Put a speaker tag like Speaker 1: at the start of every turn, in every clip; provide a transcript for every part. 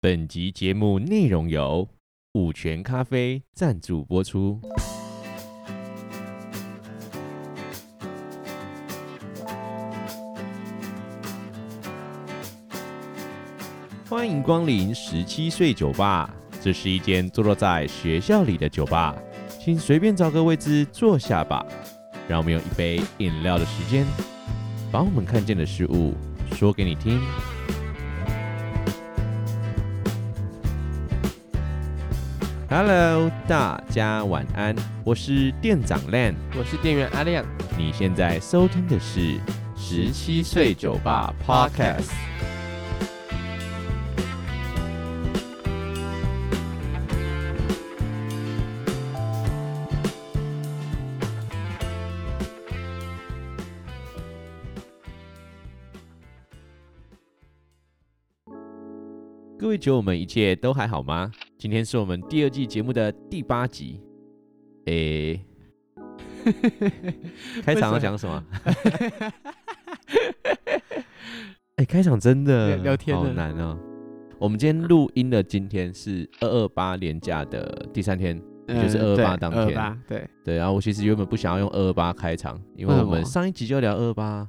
Speaker 1: 本集节目内容由五泉咖啡赞助播出。欢迎光临十七岁酒吧，这是一间坐落在学校里的酒吧，请随便找个位置坐下吧。让我们用一杯饮料的时间，把我们看见的事物说给你听。Hello，大家晚安，我是店长 Lan，
Speaker 2: 我是店员阿亮。
Speaker 1: 你现在收听的是《十七岁酒吧 Podcast》。各位酒友们，一切都还好吗？今天是我们第二季节目的第八集。诶、 开场要讲什么？哎、开场真的
Speaker 2: 聊聊天的
Speaker 1: 好难哦。我们今天录音的今天是二二八连假的第三天，就是
Speaker 2: 嗯
Speaker 1: 228当天
Speaker 2: 对228对
Speaker 1: 对。然后我其实原本不想要用二二八开场，因为
Speaker 2: 为什
Speaker 1: 我
Speaker 2: 么
Speaker 1: 们上一集就聊二二八，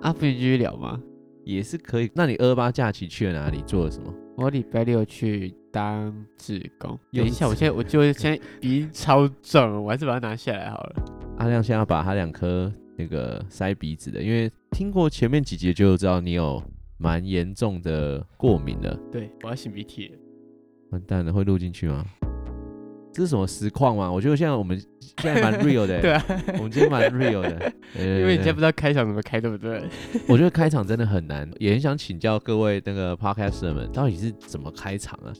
Speaker 2: 啊，不继续聊吗？
Speaker 1: 也是可以。那你二二八假期去了哪里？做了什么？
Speaker 2: 我礼拜六去当志工。
Speaker 1: 又
Speaker 2: 等一下，
Speaker 1: 是
Speaker 2: 我现在我就现在鼻音超重了，我还是把它拿下来好了。
Speaker 1: 阿亮现在要把他两颗那个塞鼻子的，因为听过前面几集就知道你有蛮严重的过敏了，
Speaker 2: 对，我要擤鼻涕了。
Speaker 1: 完蛋了，会录进去吗？这是什么实况吗？我觉得现在我们 现在蛮 real 的、欸
Speaker 2: 对啊，
Speaker 1: 我们今天蛮 real 的，因
Speaker 2: 因为你现在不知道开场怎么开，对不对？
Speaker 1: 我觉得开场真的很难，也很想请教各位那个 podcaster 们，到底是怎么开场啊？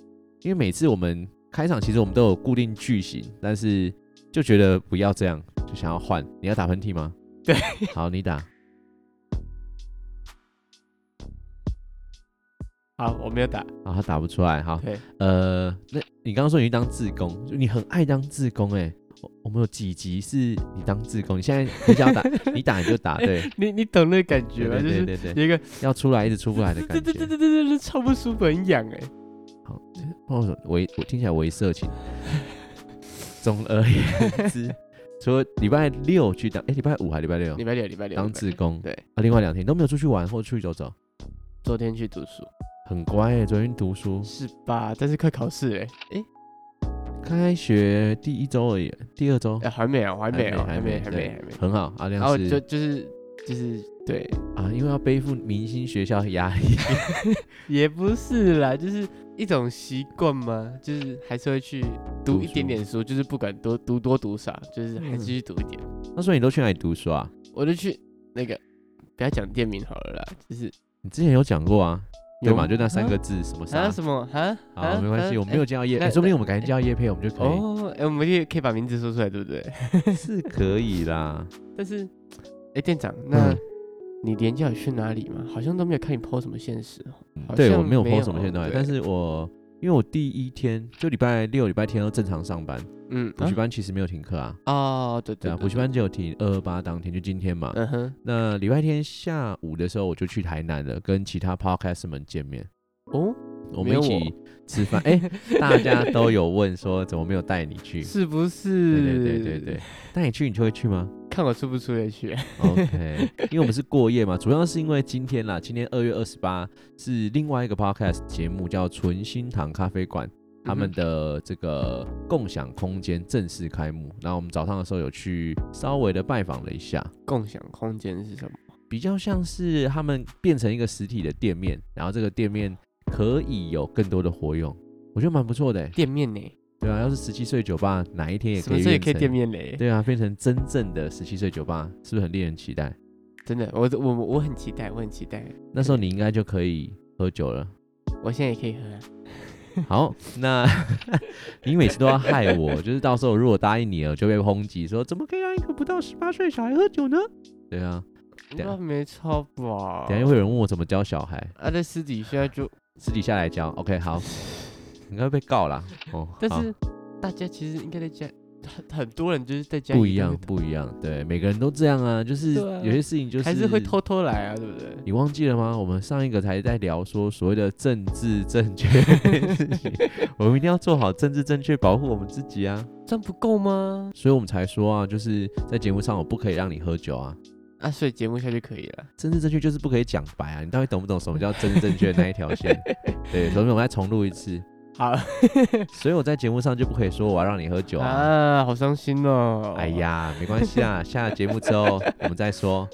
Speaker 1: 因为每次我们开场，其实我们都有固定句型，但是就觉得不要这样，就想要换。你要打喷嚏吗？
Speaker 2: 对，
Speaker 1: 好，你打。
Speaker 2: 好，我没有打。
Speaker 1: 啊，他打不出 来。好，
Speaker 2: 对，
Speaker 1: 呃，那你刚刚说你去当志工，就你很爱当志工哎、我我们有几集是你当志工，你现在很想要打， 你打你就打，对，
Speaker 2: 你你懂那个感觉
Speaker 1: 对
Speaker 2: 吗？
Speaker 1: 对
Speaker 2: 哎就
Speaker 1: 对
Speaker 2: 是
Speaker 1: 对对，
Speaker 2: 有一个
Speaker 1: 要出来一直出不来的
Speaker 2: 对
Speaker 1: 感
Speaker 2: 对对
Speaker 1: 觉。
Speaker 2: 对对对对，超不舒服，很痒哎。
Speaker 1: 好，哦，我我听起来为色情。总而言 之，除了礼拜六去当，哎、礼拜五还礼拜六
Speaker 2: 礼拜六，礼拜六。
Speaker 1: 当
Speaker 2: 礼拜
Speaker 1: 志工，
Speaker 2: 对啊
Speaker 1: 啊，另外两天都没有出去玩或出去走走，
Speaker 2: 昨天去读书
Speaker 1: 很乖哎、昨天读书，
Speaker 2: 是吧？但是快考试哎。哎
Speaker 1: 开学第一周而已，第二周、
Speaker 2: 哎，还没有，还没有，
Speaker 1: 哦还
Speaker 2: 还
Speaker 1: 没
Speaker 2: 没，还
Speaker 1: 对
Speaker 2: 没，还没。
Speaker 1: 很好，阿
Speaker 2: 然
Speaker 1: 亮
Speaker 2: 后
Speaker 1: 是、
Speaker 2: 就就是就是对，
Speaker 1: 啊，因为要背负明星学校的压力，
Speaker 2: 也不是啦，就是一种习惯嘛，就是还是会去
Speaker 1: 读
Speaker 2: 读一点
Speaker 1: 书嗯
Speaker 2: 点书，就是不管多读多读少，就是还是去读一点。
Speaker 1: 那所以你都去哪里读书啊？
Speaker 2: 我就去那个，不要讲店名好了啦，就是
Speaker 1: 你之前有讲过啊，对嘛？
Speaker 2: 有
Speaker 1: 就那三个字，什么
Speaker 2: 啊
Speaker 1: 啥
Speaker 2: 啊？什么啊？
Speaker 1: 好，没关系，我们没
Speaker 2: 有。
Speaker 1: 有叫叶，
Speaker 2: 那
Speaker 1: 哎说不定我们改天叫叶配，我们就可以
Speaker 2: 哦，哎、我们就可以把名字说出来，对不对？
Speaker 1: 是可以啦。
Speaker 2: 但是，哎、店长，那
Speaker 1: 嗯
Speaker 2: 你连假有去哪里吗？好像都没有看你 PO 什么现实哦。好
Speaker 1: 嗯对我
Speaker 2: 像
Speaker 1: 没有
Speaker 2: 没
Speaker 1: PO 什么
Speaker 2: 有
Speaker 1: 线段，
Speaker 2: 对
Speaker 1: 但是我因为我第一天就礼拜六、礼拜天都正常上班，
Speaker 2: 嗯，
Speaker 1: 补习班其实没有停课啊。
Speaker 2: 啊哦，对
Speaker 1: 对
Speaker 2: 对
Speaker 1: 啊，
Speaker 2: 对，
Speaker 1: 补习班只有停二二八当天，就今天嘛。
Speaker 2: 嗯哼，
Speaker 1: 那礼拜天下午的时候，我就去台南了，跟其他 podcast 们见面，
Speaker 2: 哦，
Speaker 1: 我们一
Speaker 2: 没有
Speaker 1: 起吃饭。哎，大家都有问说怎么没有带你去？
Speaker 2: 是不
Speaker 1: 对
Speaker 2: 是？
Speaker 1: 对对对对，，带你去你就会去 吗
Speaker 2: 看我出不出得去。
Speaker 1: ？OK，因为我们是过夜嘛，主要是因为今天啦，今天二月二十八是另外一个 podcast 节目叫纯心堂咖啡馆，他们
Speaker 2: 嗯哼
Speaker 1: 的这个共享空间正式开幕。然后我们早上的时候有去稍微的拜访了一下，
Speaker 2: 共享空间是什么？
Speaker 1: 比较像是他们变成一个实体的店面，然后这个店面可以有更多的活用，我觉得蛮不错的欸。
Speaker 2: 店面呢？
Speaker 1: 对啊，要是十七岁酒吧哪一天也
Speaker 2: 什
Speaker 1: 可
Speaker 2: 么
Speaker 1: 以
Speaker 2: 时候也可以
Speaker 1: 变成
Speaker 2: 店面嘞？
Speaker 1: 对啊，变成真正的十七岁酒吧，是不是很令人期待？
Speaker 2: 真的，我我我很期待，我很期待。
Speaker 1: 那时候你应该就可以喝酒了。
Speaker 2: 我现在也可以喝啊。
Speaker 1: 好，那 你每次都要害我，就是到时候如果答应你了，就被抨击说怎么可以让一个不到十八岁的小孩喝酒呢？对啊，对啊
Speaker 2: 那没错吧？
Speaker 1: 等一下又会啊有人问我怎么教小孩，
Speaker 2: 啊，在私底下就，
Speaker 1: 私底下来教。OK，好，你应该会被告啦。哦，
Speaker 2: 但
Speaker 1: 好
Speaker 2: 是大家其实应该在家，很很多人就是在家
Speaker 1: 不
Speaker 2: 里
Speaker 1: 一
Speaker 2: 都会
Speaker 1: 样，不一样。对，每个人都这样啊，就是
Speaker 2: 对啊
Speaker 1: 有些事情就是
Speaker 2: 还是会。偷偷来啊，对不对？
Speaker 1: 你忘记了吗？我们上一个才在聊说所谓的政治正确的事情，我们一定要做好政治正确，保护我们自己啊。
Speaker 2: 这样不够吗？
Speaker 1: 所以我们才说啊，就是在节目上我不可以让你喝酒啊。
Speaker 2: 啊，所以节目下去可以了。
Speaker 1: 政治正确就是不可以讲白啊！你到底懂不懂什么叫政治正确的那一条线？对，所以我们再重录一次。
Speaker 2: 好
Speaker 1: 所以我在节目上就不可以说我要让你喝酒啊！
Speaker 2: 啊，好伤心哦。
Speaker 1: 哎，呀，没关系啊，下了节目之后我们再说。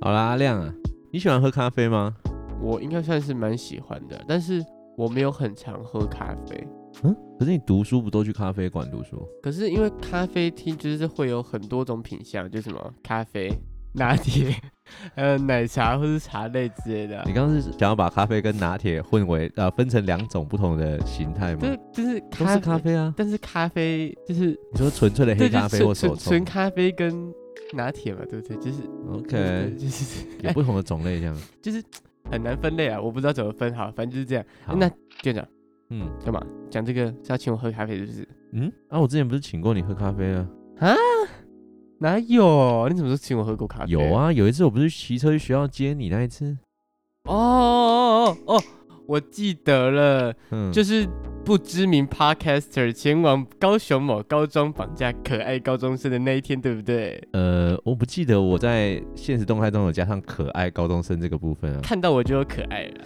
Speaker 1: 好啦，阿亮啊，你喜欢喝咖啡吗？
Speaker 2: 我应该算是蛮喜欢的，但是我没有很常喝咖啡。
Speaker 1: 嗯，可是你读书不都去咖啡馆读书？
Speaker 2: 可是因为咖啡厅就是会有很多种品相，就什么咖啡、拿铁，还有奶茶或是茶类之类的啊、
Speaker 1: 你刚刚是想要把咖啡跟拿铁混为呃分成两种不同的形态吗？
Speaker 2: 对，就是
Speaker 1: 都
Speaker 2: 咖
Speaker 1: 是咖，啡啊！
Speaker 2: 但是咖啡就是
Speaker 1: 你说纯粹的黑
Speaker 2: 对，就
Speaker 1: 咖
Speaker 2: 是
Speaker 1: 啡或
Speaker 2: 纯
Speaker 1: 手
Speaker 2: 纯
Speaker 1: 冲
Speaker 2: 纯咖啡跟拿铁嘛，对不对？哎就是
Speaker 1: ？OK，
Speaker 2: 就是
Speaker 1: 有不同的种类这样。
Speaker 2: 就是很难分类啊，我不知道怎么分好，反正就是这样。
Speaker 1: 好
Speaker 2: 那店长
Speaker 1: 嗯。
Speaker 2: 干嘛讲这个是要请我喝咖啡是不是？
Speaker 1: 嗯，啊，我之前不是请过你喝咖啡啊？
Speaker 2: 哪有？你怎么说请我喝过咖啡？
Speaker 1: 有！啊，有一次我不是骑车去学校接你那一次，
Speaker 2: 哦哦哦哦哦，我记得了，
Speaker 1: 嗯，
Speaker 2: 就是不知名 podcaster 前往高雄某高中绑架可爱高中生的那一天，对不对？
Speaker 1: 呃，我不记得我在现实动态中有加上“可爱高中生”这个部
Speaker 2: 。
Speaker 1: 分啊
Speaker 2: 看到我就有可爱了。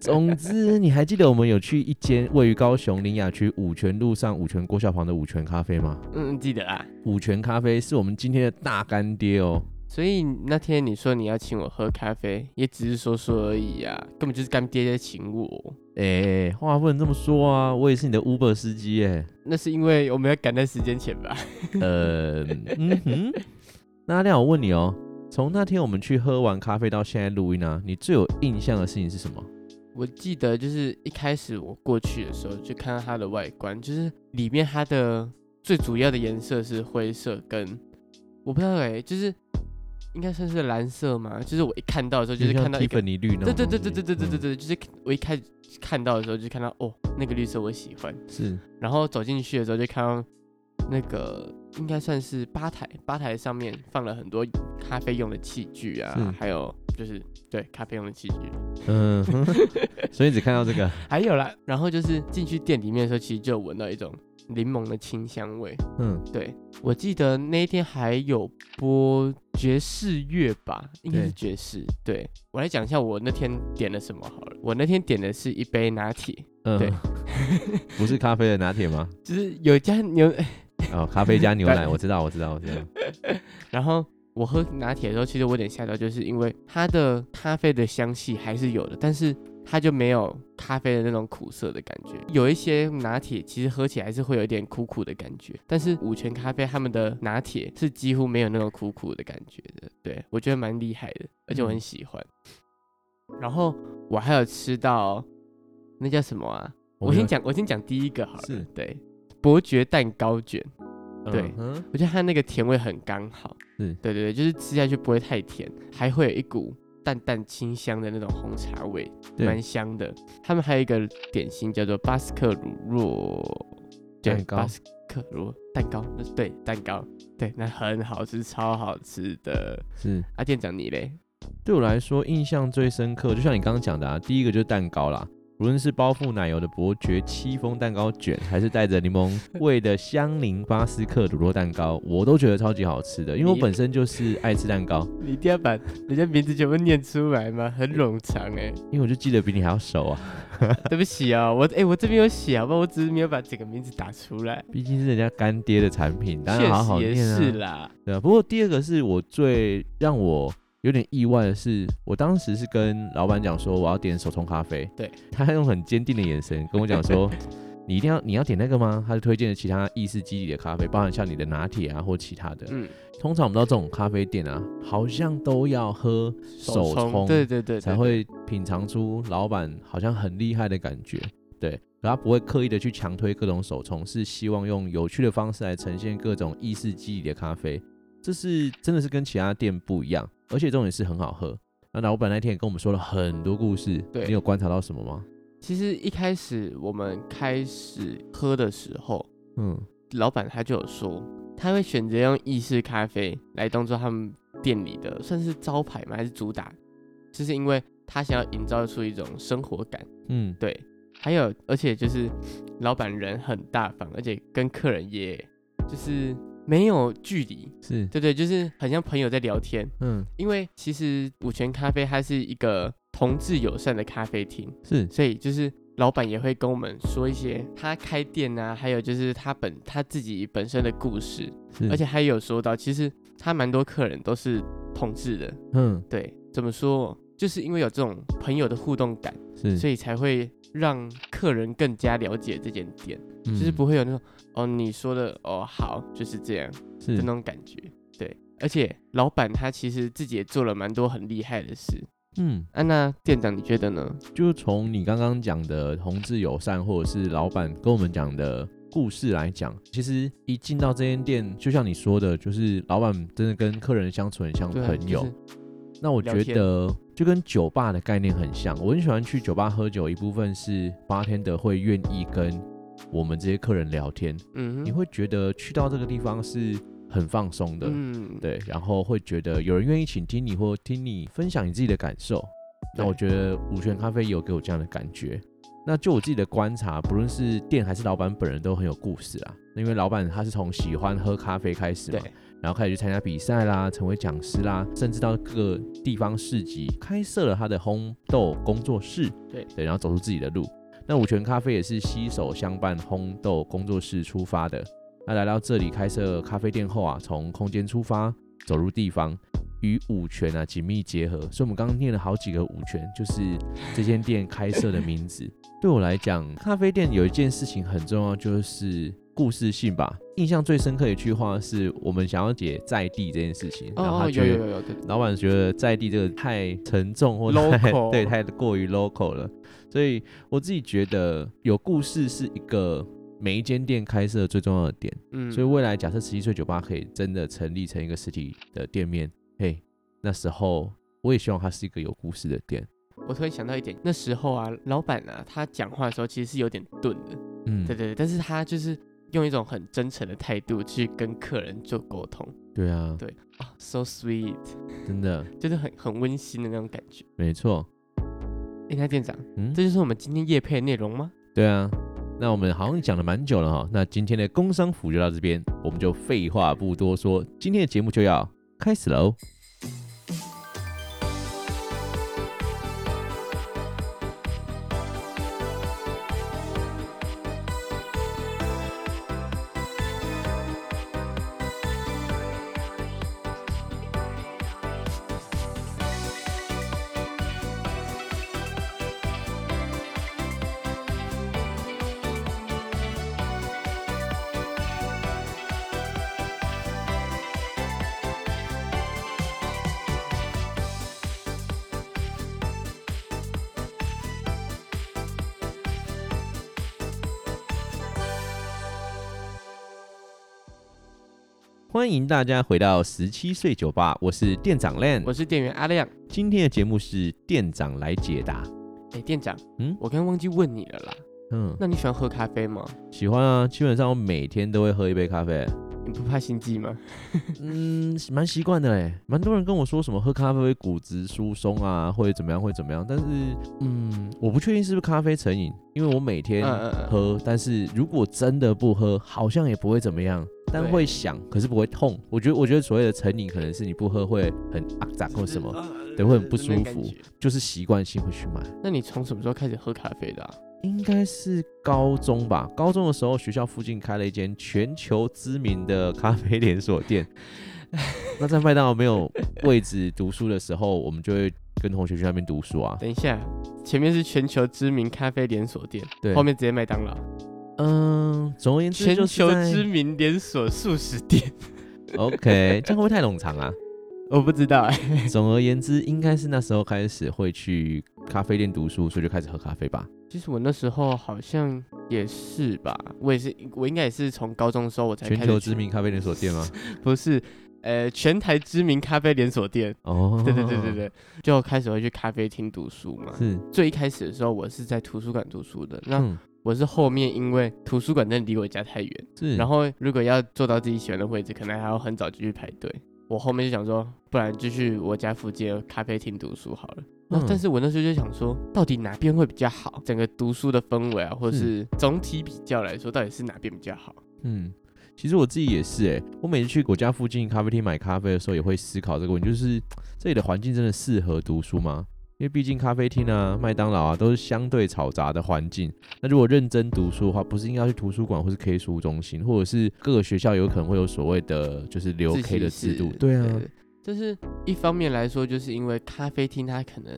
Speaker 1: 总之，你还记得我们有去一间位于高雄林雅区五泉路上五泉国小旁的五泉咖啡吗？
Speaker 2: 嗯，记得啦。
Speaker 1: 五泉咖啡是我们今天的大干爹哦。
Speaker 2: 所以那天你说你要请我喝咖啡，也只是说说而已啊，根本就是干爹在请我。
Speaker 1: 哎、话不能这么说啊，我也是你的 Uber 司机哎、
Speaker 2: 那是因为我们要赶在时间前吧？
Speaker 1: 呃，嗯哼，那阿亮，我问你哦，从那天我们去喝完咖啡到现在录音啊，你最有印象的事情是什么？
Speaker 2: 我记得就是一开始我过去的时候，就看到它的外观，就是里面它的最主要的颜色是灰色跟我不知道哎、就是应该算是蓝色嘛。就是我一看到的时候，就是看到一
Speaker 1: 蒂
Speaker 2: 个，
Speaker 1: 芬尼绿那种
Speaker 2: 对对
Speaker 1: 东西。
Speaker 2: 对对对对对对
Speaker 1: 嗯，
Speaker 2: 对，就是我一开始看到的时候就看到哦，那个绿色我喜欢，
Speaker 1: 是
Speaker 2: 然后走进去的时候就看到那个应该算是吧台，吧台上面放了很多咖啡用的器具
Speaker 1: 是
Speaker 2: 啊，还有就是对咖啡用的器具。
Speaker 1: 嗯，哼 所以你只看到这个，
Speaker 2: 还有啦，然后就是进去店里面的时候，其实就有闻到一种柠檬的清香味。
Speaker 1: 嗯，
Speaker 2: 对我记得那一天还有播爵士乐吧，应该是
Speaker 1: 对
Speaker 2: 爵士。对我来讲一下我那天点了什么好了。我那天点的是一杯拿铁，
Speaker 1: 嗯
Speaker 2: 对，
Speaker 1: 不是咖啡的拿铁吗？
Speaker 2: 就是有加牛，
Speaker 1: 哦，咖啡加牛奶，
Speaker 2: 对
Speaker 1: 我知道，我知道，我知道。
Speaker 2: 然后。我喝拿铁的时候，其实我有点吓到，就是因为它的咖啡的香气还是有的，但是它就没有咖啡的那种苦涩的感觉。有一些拿铁其实喝起来还是会有一点苦苦的感觉，但是五泉咖啡他们的拿铁是几乎没有那种苦苦的感觉的。对我觉得蛮厉害的，而且我
Speaker 1: 嗯
Speaker 2: 很喜欢。然后我还有吃到那叫什么啊？我
Speaker 1: 没有
Speaker 2: 先，讲，我先讲第一个好了。
Speaker 1: 是
Speaker 2: 对，伯爵蛋糕卷，对
Speaker 1: 嗯
Speaker 2: 我觉得它那个甜味很刚好。
Speaker 1: 是
Speaker 2: 对对对，就是吃下去不会太甜，还会有一股淡淡清香的那种红茶味，
Speaker 1: 对
Speaker 2: 蛮香的。他们还有一个点心叫做巴斯克乳酪，对
Speaker 1: 蛋糕
Speaker 2: 巴斯克乳酪蛋糕，那是对蛋糕，对，那很好吃，超好吃的。
Speaker 1: 是。
Speaker 2: 啊，店长你嘞？
Speaker 1: 对我来说，印象最深刻，就像你刚刚讲的啊，第一个就是蛋糕啦。无论是包覆奶油的伯爵戚风蛋糕卷，还是带着柠檬味的香柠巴斯克乳酪蛋糕，我都觉得超级好吃的。因为我
Speaker 2: 你
Speaker 1: 本身就是爱吃蛋糕，
Speaker 2: 你一定要把人家名字全部念出来吗？很冗长哎、
Speaker 1: 因为我就记得比你还要熟啊，
Speaker 2: 对不起哦，我哎、我这边有写好不好？我只是没有把整个名字打出来，
Speaker 1: 毕竟是人家干爹的产品，当
Speaker 2: 确
Speaker 1: 然好好
Speaker 2: 实也
Speaker 1: 念啊。
Speaker 2: 是啦。
Speaker 1: 对啊，不过第二个是我最让我有点意外的是，我当时是跟老板讲说我要点手冲咖啡，
Speaker 2: 对
Speaker 1: 他用很坚定的眼神跟我讲 说，你一定要你要点那个吗？他就推荐了其他意式基底的咖啡，包含像你的拿铁啊或其他的。
Speaker 2: 嗯，
Speaker 1: 通常我们到这种咖啡店啊，好像都要喝手冲，
Speaker 2: 对对对，对
Speaker 1: 才会品尝出老板好像很厉害的感觉。对，可他不会刻意的去强推各种手冲，是希望用有趣的方式来呈现各种意式记忆的咖啡。这是真的是跟其他店不一样，而且重点是很好喝。那老板那天也跟我们说了很多故事，
Speaker 2: 对
Speaker 1: 你有观察到什么吗？
Speaker 2: 其实一开始我们开始喝的时候，
Speaker 1: 嗯，
Speaker 2: 老板他就有说，他会选择用意式咖啡来当做他们店里的算是招牌吗？还是主打？就是因为他想要营造出一种生活感。
Speaker 1: 嗯，
Speaker 2: 对，还有而且就是老板人很大方，而且跟客人也就是没有距离，
Speaker 1: 是，
Speaker 2: 对对，就是很像朋友在聊天。
Speaker 1: 嗯，
Speaker 2: 因为其实五泉咖啡它是一个同志友善的咖啡厅，
Speaker 1: 是，
Speaker 2: 所以就是老板也会跟我们说一些他开店啊，还有就是他本他自己本身的故事，
Speaker 1: 是，
Speaker 2: 而且，还有说到，其实他蛮多客人都是同志的，
Speaker 1: 嗯，
Speaker 2: 对，怎么说，就是因为有这种朋友的互动感，
Speaker 1: 是，
Speaker 2: 所以才会让客人更加了解这间店，
Speaker 1: 就
Speaker 2: 就是不
Speaker 1: 会
Speaker 2: 会有那种哦你说的哦好就是这样
Speaker 1: 是
Speaker 2: 的那种感觉，对，而且老板他其实自己也做了蛮多很厉害的事，
Speaker 1: 嗯，
Speaker 2: 安、娜店长你觉得呢？
Speaker 1: 就从你刚刚讲的同志友善，或者是老板跟我们讲的故事来讲，其实一进到这间店，就像你说的，就是老板真的跟客人相处很像
Speaker 2: 对啊
Speaker 1: 朋友。
Speaker 2: 就是
Speaker 1: 那我
Speaker 2: 聊
Speaker 1: 觉
Speaker 2: 天
Speaker 1: 得就跟酒吧的概念很像，我很喜欢去酒吧喝酒，一部分是 bartender 会愿意跟我们这些客人聊天，
Speaker 2: 嗯哼，
Speaker 1: 你会觉得去到这个地方是很放松的，
Speaker 2: 嗯，
Speaker 1: 对，然后会觉得有人愿意倾听你或听你分享你自己的感受。那
Speaker 2: 对
Speaker 1: 我觉得五泉咖啡有给我这样的感觉。那就我自己的观察，不论是店还是老板本人都很有故事啊。因为老板他是从喜欢喝咖啡开始嘛
Speaker 2: 对，，
Speaker 1: 然后开始去参加比赛啦，成为讲师啦，甚至到各个地方市集开设了他的烘豆工作室，
Speaker 2: 对
Speaker 1: 对，然后走出自己的路。那五泉咖啡也是携手相伴烘豆工作室出发的。那来到这里开设咖啡店后啊，从空间出发，走入地方，与五泉啊紧密结合。所以我们刚刚念了好几个五泉，就是这间店开设的名字。对我来讲，咖啡店有一件事情很重要，就是故事性吧。印象最深刻的一句话是我们想要解在地这件事情，然后
Speaker 2: 哦
Speaker 1: 他
Speaker 2: 哦
Speaker 1: 觉得
Speaker 2: 有有有有对对
Speaker 1: 老板觉得在地这个太沉重或太
Speaker 2: Local
Speaker 1: 对太过于 local 了，所以我自己觉得有故事是一个每一间店开设最重要的点。
Speaker 2: 嗯，
Speaker 1: 所以未来假设十七岁酒吧可以真的成立成一个实体的店面，嘿，那时候我也希望它是一个有故事的店。
Speaker 2: 我突然想到一点，那时候啊，老板啊，他讲话的时候其实是有点钝的，
Speaker 1: 嗯，
Speaker 2: 对对对，但是他就是用一种很真诚的态度去跟客人做沟通，
Speaker 1: 对啊，
Speaker 2: 对啊、s o sweet，
Speaker 1: 真的
Speaker 2: 就是很很温馨的那种感觉。
Speaker 1: 没错。
Speaker 2: 哎，那店长，
Speaker 1: 嗯，
Speaker 2: 这就是我们今天夜配的内容吗？
Speaker 1: 对啊，那我们好像讲了蛮久了哈。那今天的工商服就到这边，我们就废话不多说，今天的节目就要开始哦喽。欢迎大家回到十七岁酒吧，我是店长 Lan，
Speaker 2: 我是店员阿亮。
Speaker 1: 今天的节目是店长来解答。
Speaker 2: 哎，店长，
Speaker 1: 嗯
Speaker 2: 嗯，我刚刚忘记问你了啦。
Speaker 1: 嗯，
Speaker 2: 那你喜欢喝咖啡吗？
Speaker 1: 喜欢啊，基本上我每天都会喝一杯咖啡。
Speaker 2: 你不怕心悸吗？
Speaker 1: 嗯，蛮习惯的嘞，蛮多人跟我说什么喝咖啡会骨质疏松啊，或者怎么样会怎么样，但是嗯，我不确定是不是咖啡成瘾，因为我每天
Speaker 2: 嗯嗯嗯
Speaker 1: 喝，但是如果真的不喝，好像也不会怎么样，但
Speaker 2: 对
Speaker 1: 会想，可是不会痛。我觉得，我觉得所谓的成瘾，可能是你不喝会很阿杂或什 么，
Speaker 2: 呃
Speaker 1: 对会很不舒服
Speaker 2: 那种感觉
Speaker 1: 就是习惯性会去买。
Speaker 2: 那你从什么时候开始喝咖啡的、啊？
Speaker 1: 应该是高中吧。高中的时候，学校附近开了一间全球知名的咖啡连锁 店。那在麦当劳没有位置读书的时候，我们就会跟同学去那边读书啊。
Speaker 2: 等一下，前面是全球知名咖啡连锁店，
Speaker 1: 对，
Speaker 2: 后面直接麦当劳。
Speaker 1: 嗯，总而言之
Speaker 2: 全
Speaker 1: 就是
Speaker 2: 球
Speaker 1: 在
Speaker 2: 知名连锁素食店，
Speaker 1: OK，这样会不会太冗长啊？
Speaker 2: 我不知道哎、
Speaker 1: 总而言之，应该是那时候开始会去咖啡店读书，所以就开始喝咖啡吧。
Speaker 2: 其实我那时候好像也是吧，我也是，我应该也是从高中的时候我才
Speaker 1: 全
Speaker 2: 开始
Speaker 1: 球
Speaker 2: 去
Speaker 1: 知，名咖啡连锁店吗？
Speaker 2: 不是，呃全台知名咖啡连锁店。
Speaker 1: 哦，
Speaker 2: 对对对对，对，就开始会去咖啡厅读书嘛。
Speaker 1: 是，
Speaker 2: 最一开始的时候，我是在图书馆读书的。那
Speaker 1: 嗯
Speaker 2: 我是后面因为图书馆真的离我家太远，
Speaker 1: 是，
Speaker 2: 然后如果要坐到自己喜欢的位置，可能还要很早就去排队。我后面就想说，不然就去我家附近的咖啡厅读书好了。那、
Speaker 1: 嗯
Speaker 2: 但是我那时候就想说，到底哪边会比较好？整个读书的氛围啊，或者是总体比较来说，到底是哪边比较好？
Speaker 1: 嗯，其实我自己也是哎、我每次去我家附近咖啡厅买咖啡的时候，也会思考这个问题，就是这里的环境真的适合读书吗？因为毕竟咖啡厅啊、麦当劳啊都是相对嘈杂的环境。那如果认真读书的话，不是应该要去图书馆或是 K 书中心，或者是各个学校有可能会有所谓的就是留
Speaker 2: 自
Speaker 1: K
Speaker 2: 习
Speaker 1: 的制
Speaker 2: 室
Speaker 1: 度？对啊，，
Speaker 2: 就是一方面来说，就是因为咖啡厅它可能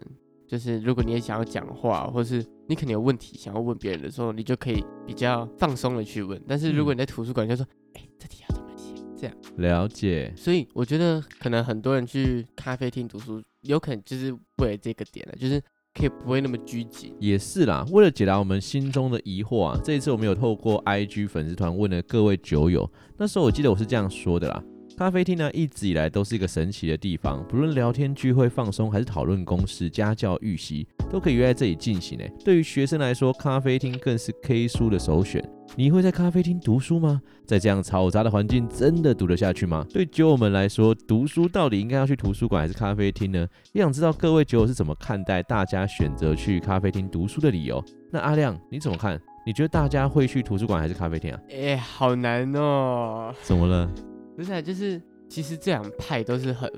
Speaker 2: 就是如果你也想要讲话，或是你可能有问题想要问别人的时候，你就可以比较放松的去问。但是如
Speaker 1: 嗯
Speaker 2: 果你在图书馆，就说，哎、这题要怎么写？
Speaker 1: 了解。
Speaker 2: 所以我觉得可能很多人去咖啡厅读书，有可能就是为了这个点了，啊就是可以不会那么拘谨。
Speaker 1: 也是啦，为了解答我们心中的疑惑啊，这一次我们有透过 IG 粉丝团问了各位酒友。那时候我记得我是这样说的啦，咖啡厅呢一直以来都是一个神奇的地方，不论聊天、聚会、放松，还是讨论公事、家教、预习，都可以约在这里进行诶、欸对于学生来说，咖啡厅更是 K 书的首选。你会在咖啡厅读书吗？在这样嘈杂的环境，真的读得下去吗？对酒友们来说，读书到底应该要去图书馆还是咖啡厅呢？也想知道各位酒友是怎么看待大家选择去咖啡厅读书的理由。那阿亮，你怎么看？你觉得大家会去图书馆还是咖啡厅啊？
Speaker 2: 哎、好难哦。
Speaker 1: 怎么了？
Speaker 2: 不是、啊，就是其实这两派都是很，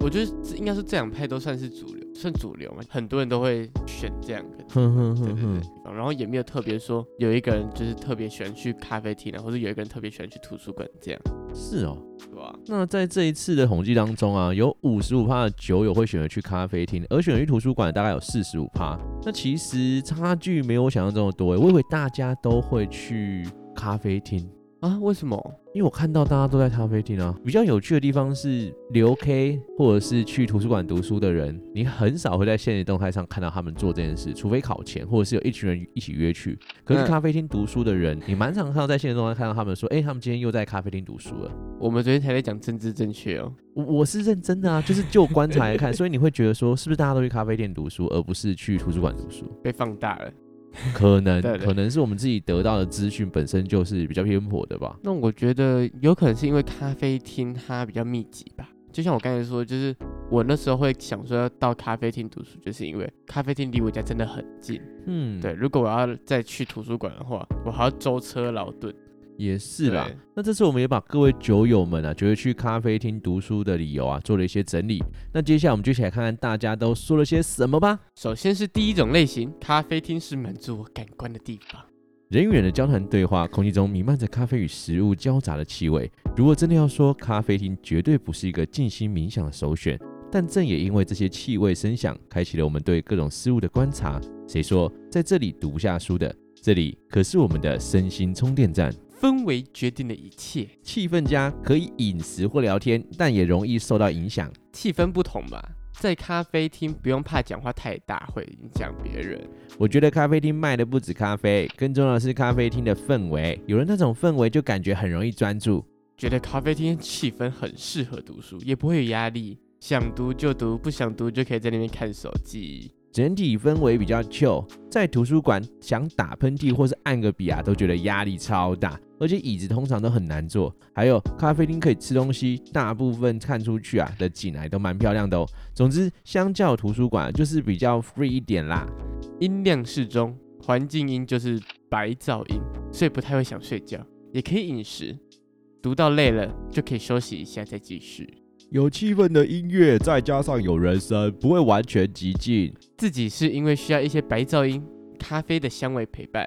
Speaker 2: 我觉得这应该说这两派都算是主流，算主流嘛，很多人都会选这两个。
Speaker 1: 哼哼
Speaker 2: 对对
Speaker 1: 哼
Speaker 2: 对
Speaker 1: 哼，
Speaker 2: 地方，然后也没有特别说有一个人就是特别喜欢去咖啡厅啊，或者有一个人特别喜欢去图书馆这样，
Speaker 1: 是哦。
Speaker 2: 对吧？
Speaker 1: 那在这一次的统计当中啊，有五十五趴的酒友会选择去咖啡厅，而选择去图书馆大概有四十五趴。那其实差距没有我想象中的多耶。欸我以为大家都会去咖啡厅，
Speaker 2: 啊，为什么？
Speaker 1: 因为我看到大家都在咖啡厅啊。比较有趣的地方是，留 K 或者是去图书馆读书的人，你很少会在现实动态上看到他们做这件事，除非考前或者是有一群人一起约去。可是
Speaker 2: 嗯
Speaker 1: 咖啡厅读书的人，你蛮常看到在现实动态看到他们说，哎、他们今天又在咖啡厅读书了。
Speaker 2: 我们昨天才在讲政治正确哦。
Speaker 1: 我我是认真的啊，就是就我观察来 看，所以你会觉得说，是不是大家都去咖啡店读书，而不是去图书馆读书？
Speaker 2: 被放大了。
Speaker 1: 可能
Speaker 2: 对对
Speaker 1: 可能是我们自己得到的资讯本身就是比较偏颇的吧。
Speaker 2: 那我觉得有可能是因为咖啡厅它比较密集吧，就像我刚才说，就是我那时候会想说要到咖啡厅读书，就是因为咖啡厅离我家真的很近。
Speaker 1: 嗯，
Speaker 2: 对，，如果我要再去图书馆的话，我还要舟车劳顿。
Speaker 1: 也是啦
Speaker 2: 对。
Speaker 1: 那这次我们也把各位酒友们啊，觉得去咖啡厅读书的理由啊，做了一些整理。那接下来我们就一起来看看大家都说了些什么吧。
Speaker 2: 首先是第一种类型，咖啡厅是满足我感官的地方。
Speaker 1: 人与人的交谈对话，空气中弥漫着咖啡与食物交杂的气味。如果真的要说，咖啡厅绝对不是一个静心冥想的首选。但正也因为这些气味声响，开启了我们对各种事物的观察。谁说在这里读不下书的？这里可是我们的身心充电站。
Speaker 2: 氛围决定了一切，
Speaker 1: 气氛家可以饮食或聊天，但也容易受到影响。
Speaker 2: 气氛不同吧。在咖啡厅不用怕讲话太大会影响别人，
Speaker 1: 我觉得咖啡厅卖的不止咖啡，更重要的是咖啡厅的氛围。有了那种氛围，就感觉很容易专注。
Speaker 2: 觉得咖啡厅气氛很适合读书，也不会有压力，想读就读，不想读就可以在那边看手机。
Speaker 1: 整体氛围比较 chill，在图书馆想打喷嚏或是按个笔啊，都觉得压力超大，而且椅子通啊常都很难坐。还有咖啡厅可以吃东西，大部分看出去啊的景还都蛮漂亮的哦。总之，相较图书馆就是比较 free 一点啦。
Speaker 2: 音量适中，环境音就是白噪音，所以不太会想睡觉，也可以饮食。读到累了就可以休息一下再继续。
Speaker 1: 有气氛的音乐，再加上有人声，不会完全极尽。
Speaker 2: 自己是因为需要一些白噪音、咖啡的香味陪伴，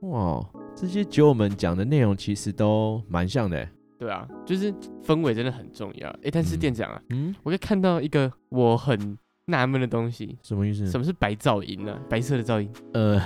Speaker 1: 哇，这些酒友们讲的内容其实都蛮像的。
Speaker 2: 对啊，就是氛围真的很重要。诶，但是
Speaker 1: 嗯
Speaker 2: 店长啊，
Speaker 1: 嗯，
Speaker 2: 我就看到一个我很纳闷的东西，
Speaker 1: 什么意思
Speaker 2: 什？么是白噪音呢、白色的噪音，
Speaker 1: 呃，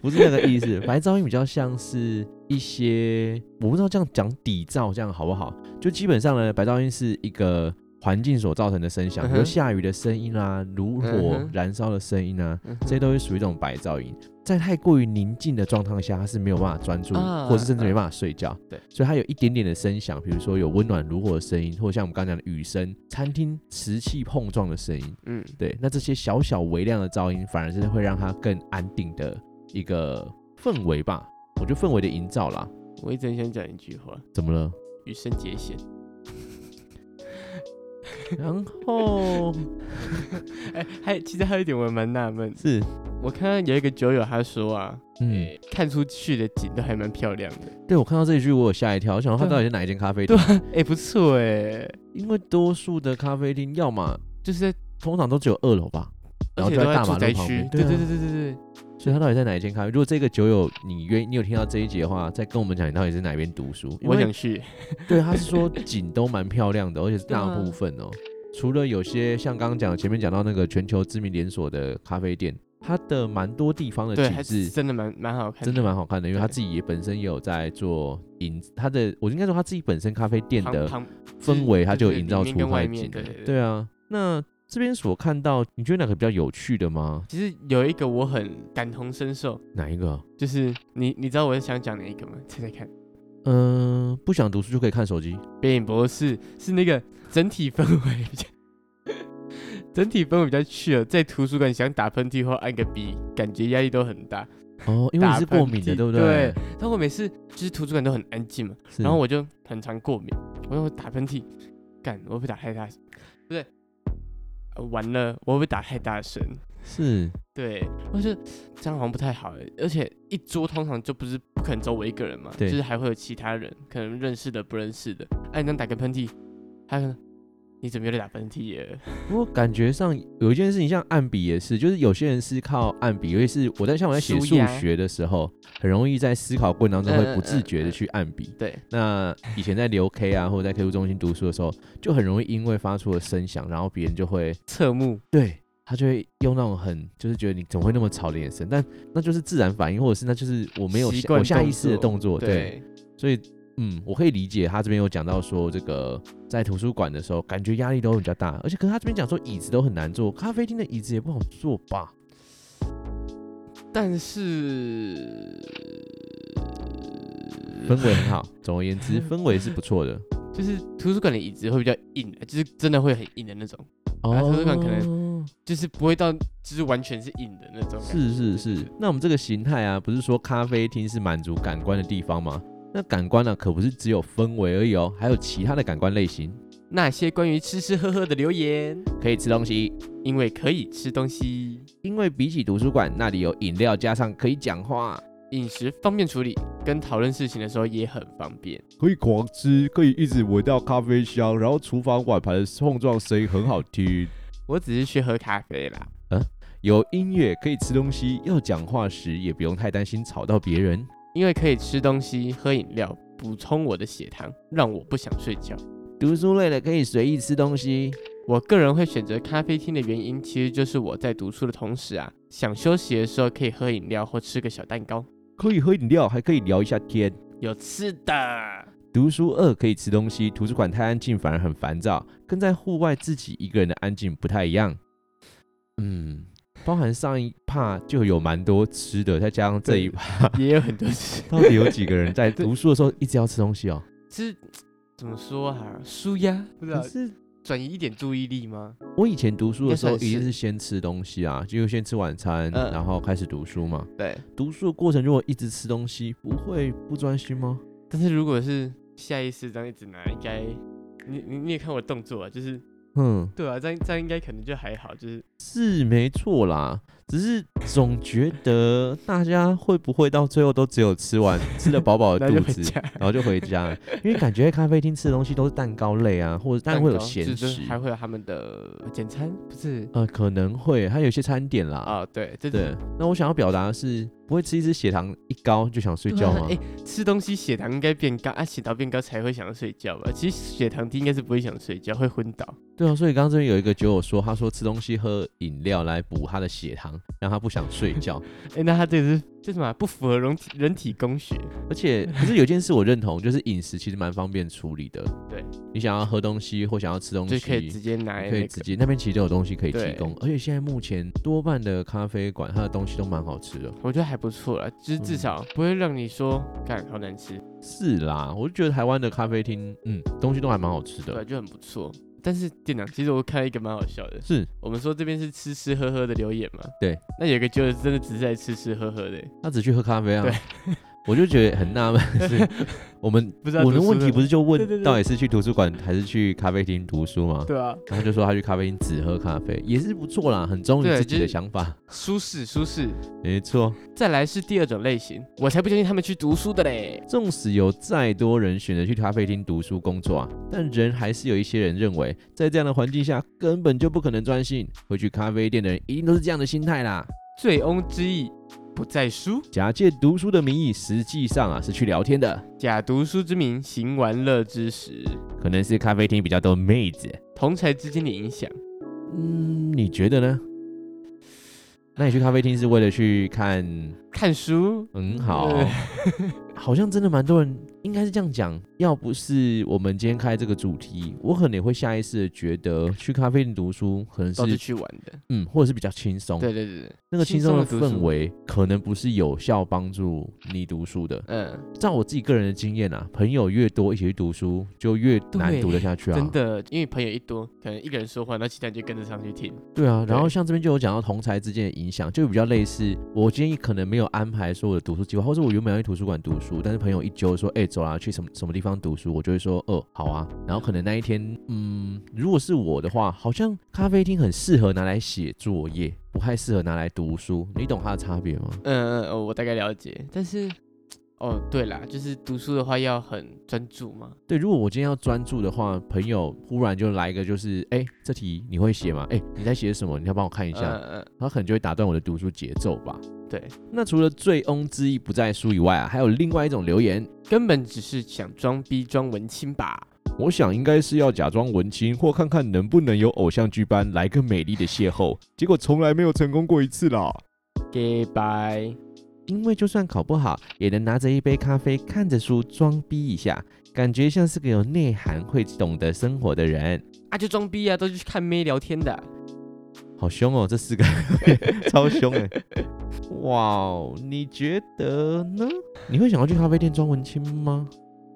Speaker 1: 不是那个意思， 白噪音比较像是一些，我不知道这样讲底噪这样好不好？就基本上呢，白噪音是一个环境所造成的声响，
Speaker 2: 嗯
Speaker 1: 比
Speaker 2: 哼
Speaker 1: 如下雨的声音啊、炉火
Speaker 2: 嗯哼
Speaker 1: 燃烧的声音啊，
Speaker 2: 嗯
Speaker 1: 这些都是属于一种白噪音。在太过于宁静的状态下，他是没有办法专注，
Speaker 2: 啊
Speaker 1: 或是甚至
Speaker 2: 啊
Speaker 1: 没办法睡觉。
Speaker 2: 对
Speaker 1: 所以它有一点点的声响，比如说有温暖炉火的声音，或者像我们刚刚讲的雨声、餐厅瓷器碰撞的声音。
Speaker 2: 嗯，
Speaker 1: 对，那这些小小微量的噪音，反而是会让它更安定的一个氛围吧。我觉得氛围的营造啦，
Speaker 2: 我一直很想讲一句话：
Speaker 1: 怎么了？
Speaker 2: 羽生结弦。
Speaker 1: 然 后
Speaker 2: 哎，还其实还有一点我蛮纳闷，
Speaker 1: 是，
Speaker 2: 我看到有一个酒友他说啊，
Speaker 1: 嗯，
Speaker 2: 看出去的景都还蛮漂亮的，
Speaker 1: 对我看到这一句，我有吓一跳，我想说它
Speaker 2: 对啊
Speaker 1: 到底是哪一间咖啡
Speaker 2: 对
Speaker 1: 厅？
Speaker 2: 啊，哎不错哎，
Speaker 1: 因为多数的咖啡厅，要么
Speaker 2: 就是
Speaker 1: 通常都只有二楼吧，然
Speaker 2: 而
Speaker 1: 后
Speaker 2: 且
Speaker 1: 就
Speaker 2: 都
Speaker 1: 在
Speaker 2: 在
Speaker 1: 大马
Speaker 2: 住
Speaker 1: 路
Speaker 2: 宅
Speaker 1: 旁
Speaker 2: 区
Speaker 1: 边，对
Speaker 2: 对
Speaker 1: 啊
Speaker 2: 对对对对对，
Speaker 1: 所以他到底在哪一间咖啡？如果这个酒友你愿你有听到这一集的话，再跟我们讲你到底是哪边读书。因
Speaker 2: 我
Speaker 1: 为
Speaker 2: 想去，
Speaker 1: 对，他是说景都蛮漂亮的，而且是大
Speaker 2: 对啊
Speaker 1: 部分 哦。除了有些像刚刚讲前面讲到那个全球知名连锁的咖啡店，它的蛮多地方的
Speaker 2: 对，
Speaker 1: 景
Speaker 2: 还是
Speaker 1: 致
Speaker 2: 真的蛮蛮好看，
Speaker 1: 真的蛮好看的，因为他
Speaker 2: 对
Speaker 1: 自己也本身也有在做营，他的我应该说他自己本身咖啡店
Speaker 2: 旁
Speaker 1: 的
Speaker 2: 旁
Speaker 1: 氛围，它
Speaker 2: 对
Speaker 1: 就
Speaker 2: 对
Speaker 1: 营造
Speaker 2: 里
Speaker 1: 出
Speaker 2: 面跟
Speaker 1: 它
Speaker 2: 外
Speaker 1: 的
Speaker 2: 面
Speaker 1: 景
Speaker 2: 对
Speaker 1: 了
Speaker 2: 对对
Speaker 1: 对啊，那这边所看到，你觉得哪个比较有趣的吗？
Speaker 2: 其实有一个我很感同身受，
Speaker 1: 哪一个？
Speaker 2: 就是你你知道我想讲哪一个吗？猜猜看，
Speaker 1: 嗯、不想读书就可以看手机。
Speaker 2: 北影博士是那个整体氛围比较，整体氛围比较 chill，在图书馆想打喷嚏或按个鼻，感觉压力都很大。
Speaker 1: 哦，因为你
Speaker 2: 打
Speaker 1: 是过
Speaker 2: 喷
Speaker 1: 敏的，
Speaker 2: 嚏
Speaker 1: 对不
Speaker 2: 对？但我每次就是图书馆都很安静嘛，
Speaker 1: 是
Speaker 2: 然后我就很常过敏，我就会打喷嚏，干，我会不会打太大声？不对、呃完了，我会不会打太大声？
Speaker 1: 是
Speaker 2: 对，我觉得这样好像不太好欸，而且一桌通常就不是不可能只有我一个人嘛，就
Speaker 1: 对
Speaker 2: 是还会有其他人，可能认识的不认识的。哎、你能打个喷嚏，他可能你怎么又在打喷嚏耶？
Speaker 1: 不过感觉上有一件事情，像按笔也是，就是有些人是靠按笔，尤其是我在像我在写
Speaker 2: 舒
Speaker 1: 数
Speaker 2: 压
Speaker 1: 学的时候，很容易在思考过程当中会
Speaker 2: 嗯
Speaker 1: 不
Speaker 2: 嗯
Speaker 1: 自
Speaker 2: 嗯
Speaker 1: 觉的
Speaker 2: 嗯
Speaker 1: 去按笔。
Speaker 2: 对，
Speaker 1: 那以前在留 K 啊，或者在 K 书中心读书的时候，就很容易因为发出了声响，然后别人就会
Speaker 2: 侧目，
Speaker 1: 对他就会用那种很就是觉得你怎么会那么吵的眼神，但那就是自然反应，或者是那就是我没有
Speaker 2: 习
Speaker 1: 下
Speaker 2: 惯
Speaker 1: 我下意识的动作，对，
Speaker 2: 对，
Speaker 1: 所以嗯，我可以理解他这边有讲到说这个在图书馆的时候感觉压力都比较大，而且可是他这边讲说椅子都很难坐，咖啡厅的椅子也不好坐吧？
Speaker 2: 但是呃
Speaker 1: 氛围很好，总而言之氛围是不错的。
Speaker 2: 就是图书馆的椅子会比较硬，就是真的会很硬的那种，
Speaker 1: 哦
Speaker 2: 啊图书馆可就是不会到就是完全是硬的那种感觉。
Speaker 1: 是是是，那我们这个形态啊，不是说咖啡厅是满足感官的地方吗？那感官啊呢、可不是只有氛围而已哦，还有其他的感官类型。
Speaker 2: 那些关于吃吃喝喝的留言，
Speaker 1: 可以吃东西，
Speaker 2: 因为可以吃东西。
Speaker 1: 因为比起图书馆那里有饮料，加上可以讲话，
Speaker 2: 饮食方便处理，跟讨论事情的时候也很方便。
Speaker 1: 可以狂吃，可以一直闻到咖啡香，然后厨房碗盘的碰撞声音很好听。
Speaker 2: 我只是去喝咖啡啦，
Speaker 1: 有音乐可以吃东西，要讲话时也不用太担心吵到别人。
Speaker 2: 因为可以吃东西、喝饮料，补充我的血糖，让我不想睡觉。
Speaker 1: 读书累了可以随意吃东西，
Speaker 2: 我个人会选择咖啡厅的原因，其实就是我在读书的同时啊，想休息的时候可以喝饮料或吃个小蛋糕，
Speaker 1: 可以喝饮料，还可以聊一下天。
Speaker 2: 有吃的。
Speaker 1: 读书二可以吃东西，图书馆太安静反而很烦躁，跟在户外自己一个人的安静不太一样。嗯，包含上一趴就有蛮多吃的，再加上这一趴，
Speaker 2: 也有很多吃。
Speaker 1: 到底有几个人在 读书的时候一直要吃东西哦？
Speaker 2: 是怎么说啊？舒压，不知道
Speaker 1: 可是
Speaker 2: 转移一点注意力吗？
Speaker 1: 我以前读书的时候
Speaker 2: 应该算是
Speaker 1: 一定是先吃东西啊，就先吃晚餐，
Speaker 2: 嗯
Speaker 1: 然后开始读书嘛。
Speaker 2: 对。
Speaker 1: 读书的过程如果一直吃东西，不会不专心吗？
Speaker 2: 但是如果是下意识这样一直拿，应该你你你也看我的动作啊，就是
Speaker 1: 嗯，
Speaker 2: 对啊，这样这样应该可能就还好，就是
Speaker 1: 是没错啦，只是总觉得大家会不会到最后都只有吃 完，吃的饱饱
Speaker 2: 那
Speaker 1: 的
Speaker 2: 就
Speaker 1: 肚
Speaker 2: 回
Speaker 1: 子，
Speaker 2: 家。
Speaker 1: 然后就回家了，因为感觉在咖啡厅吃的东西都是蛋糕类啊，或者当然会有
Speaker 2: 蛋
Speaker 1: 咸
Speaker 2: 糕就是
Speaker 1: 食，
Speaker 2: 还会有他们的呃简餐，不是？
Speaker 1: 呃，可能会，还有一些餐点啦。
Speaker 2: 啊、对，这
Speaker 1: 对，那我想要表达的是，不会吃一支血糖一高就想睡
Speaker 2: 对
Speaker 1: 觉
Speaker 2: 啊
Speaker 1: 吗？
Speaker 2: 哎、吃东西血糖应该变高啊，血糖变高才会想要睡觉吧？其实血糖低应该是不会想睡觉，会昏倒。
Speaker 1: 对啊，所以刚刚这边有一个酒友说，他说吃东西喝饮料来补他的血糖，糖，让他不想睡觉。
Speaker 2: 哎、那他这个是这什么啊不符合人体人体工学？
Speaker 1: 而 且，可是有件事我认同，就是饮食其实蛮方便处理的。
Speaker 2: 对，
Speaker 1: 你想要喝东西或想要吃东西，
Speaker 2: 就可以直接拿来、那
Speaker 1: 可以
Speaker 2: 个
Speaker 1: 直接那边其实都有东西可以提
Speaker 2: 对
Speaker 1: 供，而且现在目前多半的咖啡馆它的东西都蛮好吃的。
Speaker 2: 我觉得还不错了，就是至
Speaker 1: 嗯
Speaker 2: 少不会让你说干好难吃，
Speaker 1: 是啦，我就觉得台湾的咖啡厅，嗯，东西都还蛮好吃的。
Speaker 2: 对，就很不错。但是店长，其实我看到一个蛮好笑的，
Speaker 1: 是，
Speaker 2: 我们说这边是吃吃喝喝的留言嘛，
Speaker 1: 对，
Speaker 2: 那有一个就是真的只是在吃吃喝喝的欸，
Speaker 1: 他只去喝咖啡啊
Speaker 2: 对。
Speaker 1: 我就觉得很纳闷， 是我们
Speaker 2: 不知道
Speaker 1: 我的
Speaker 2: 读书
Speaker 1: 问题
Speaker 2: 的
Speaker 1: 不是就
Speaker 2: 对对
Speaker 1: 问
Speaker 2: 对
Speaker 1: 到底是去图书馆还是去咖啡厅读书吗？
Speaker 2: 对啊，
Speaker 1: 然后就说他去咖啡厅只喝咖啡，也是不错啦，很忠于
Speaker 2: 对
Speaker 1: 自己
Speaker 2: 就
Speaker 1: 的
Speaker 2: 是
Speaker 1: 想法，
Speaker 2: 舒适舒适。
Speaker 1: 没错。
Speaker 2: 再来是第二种类型，我才不相信他们去读书的嘞。
Speaker 1: 纵使有再多人选择去咖啡厅读书工作啊，但人还是有一些人认为，在这样的环境下根本就不可能专心。会去咖啡店的人一定都是这样的心态啦。
Speaker 2: 醉翁之意不在书，
Speaker 1: 假借读书的名义，实际上啊是去聊天的，
Speaker 2: 假读书之名，行玩乐之实。
Speaker 1: 可能是咖啡厅比较多妹子。
Speaker 2: 同才之间的影响，
Speaker 1: 嗯，你觉得呢？那你去咖啡厅是为了去看？
Speaker 2: 看书
Speaker 1: 嗯，好
Speaker 2: 呃，
Speaker 1: 好像真的蛮多人应该是这样讲。要不是我们今天开这个主题，我可能也会下意识的觉得去咖啡厅读书可能
Speaker 2: 都是
Speaker 1: 是
Speaker 2: 去玩的。
Speaker 1: 嗯，或者是比较轻松。
Speaker 2: 对，对对对，
Speaker 1: 那个轻松的
Speaker 2: 轻松的读
Speaker 1: 氛
Speaker 2: 书
Speaker 1: 围可能不是有效帮助你读书的。
Speaker 2: 嗯，
Speaker 1: 照我自己个人的经验啊，朋友越多一起去读书，就越难
Speaker 2: 对
Speaker 1: 读得下去啊。
Speaker 2: 真。的，因为朋友一多，可能一个人说话，那其他人就跟着上去听。
Speaker 1: 对啊，然后
Speaker 2: 对
Speaker 1: 像这边就有讲到同才之间的影响，就比较类似。我今天可能没有安排说我的读书计划，或者我原本要去图书馆读书，但是朋友一揪说，哎、走啦，去什么什么地方读书，我就会说，哦、好啊。然后可能那一天，嗯，如果是我的话，好像咖啡厅很适合拿来写作业，不太适合拿来读书。你懂它的差别吗？
Speaker 2: 嗯嗯，哦我大概了解。但是，哦，对啦，就是读书的话要很专注嘛。
Speaker 1: 对，如果我今天要专注的话，朋友忽然就来一个，就是哎、诶这题你会写吗？哎、你在写什么？你要帮我看一
Speaker 2: 嗯
Speaker 1: 下。
Speaker 2: 嗯，
Speaker 1: 他可能就会打断我的读书节奏吧。
Speaker 2: 嗯对，
Speaker 1: 那除了醉翁之意不在书以外啊，还有另外一种留言，
Speaker 2: 根本只是想装逼装文青吧。
Speaker 1: 我想应该是要假装文青，或看看能不能有偶像剧般来个美丽的邂逅，结果从来没有成功过一次啦。
Speaker 2: Gay bye。
Speaker 1: 因为就算考不好，也能拿着一杯咖啡看着书装逼一下，感觉像是个有内涵、会懂得生活的人。
Speaker 2: 啊，就装逼啊，都是去看妹聊天的。
Speaker 1: 好凶哦，这四个 超凶哎！哇哦，你觉得呢？你会想要去咖啡店装文青吗？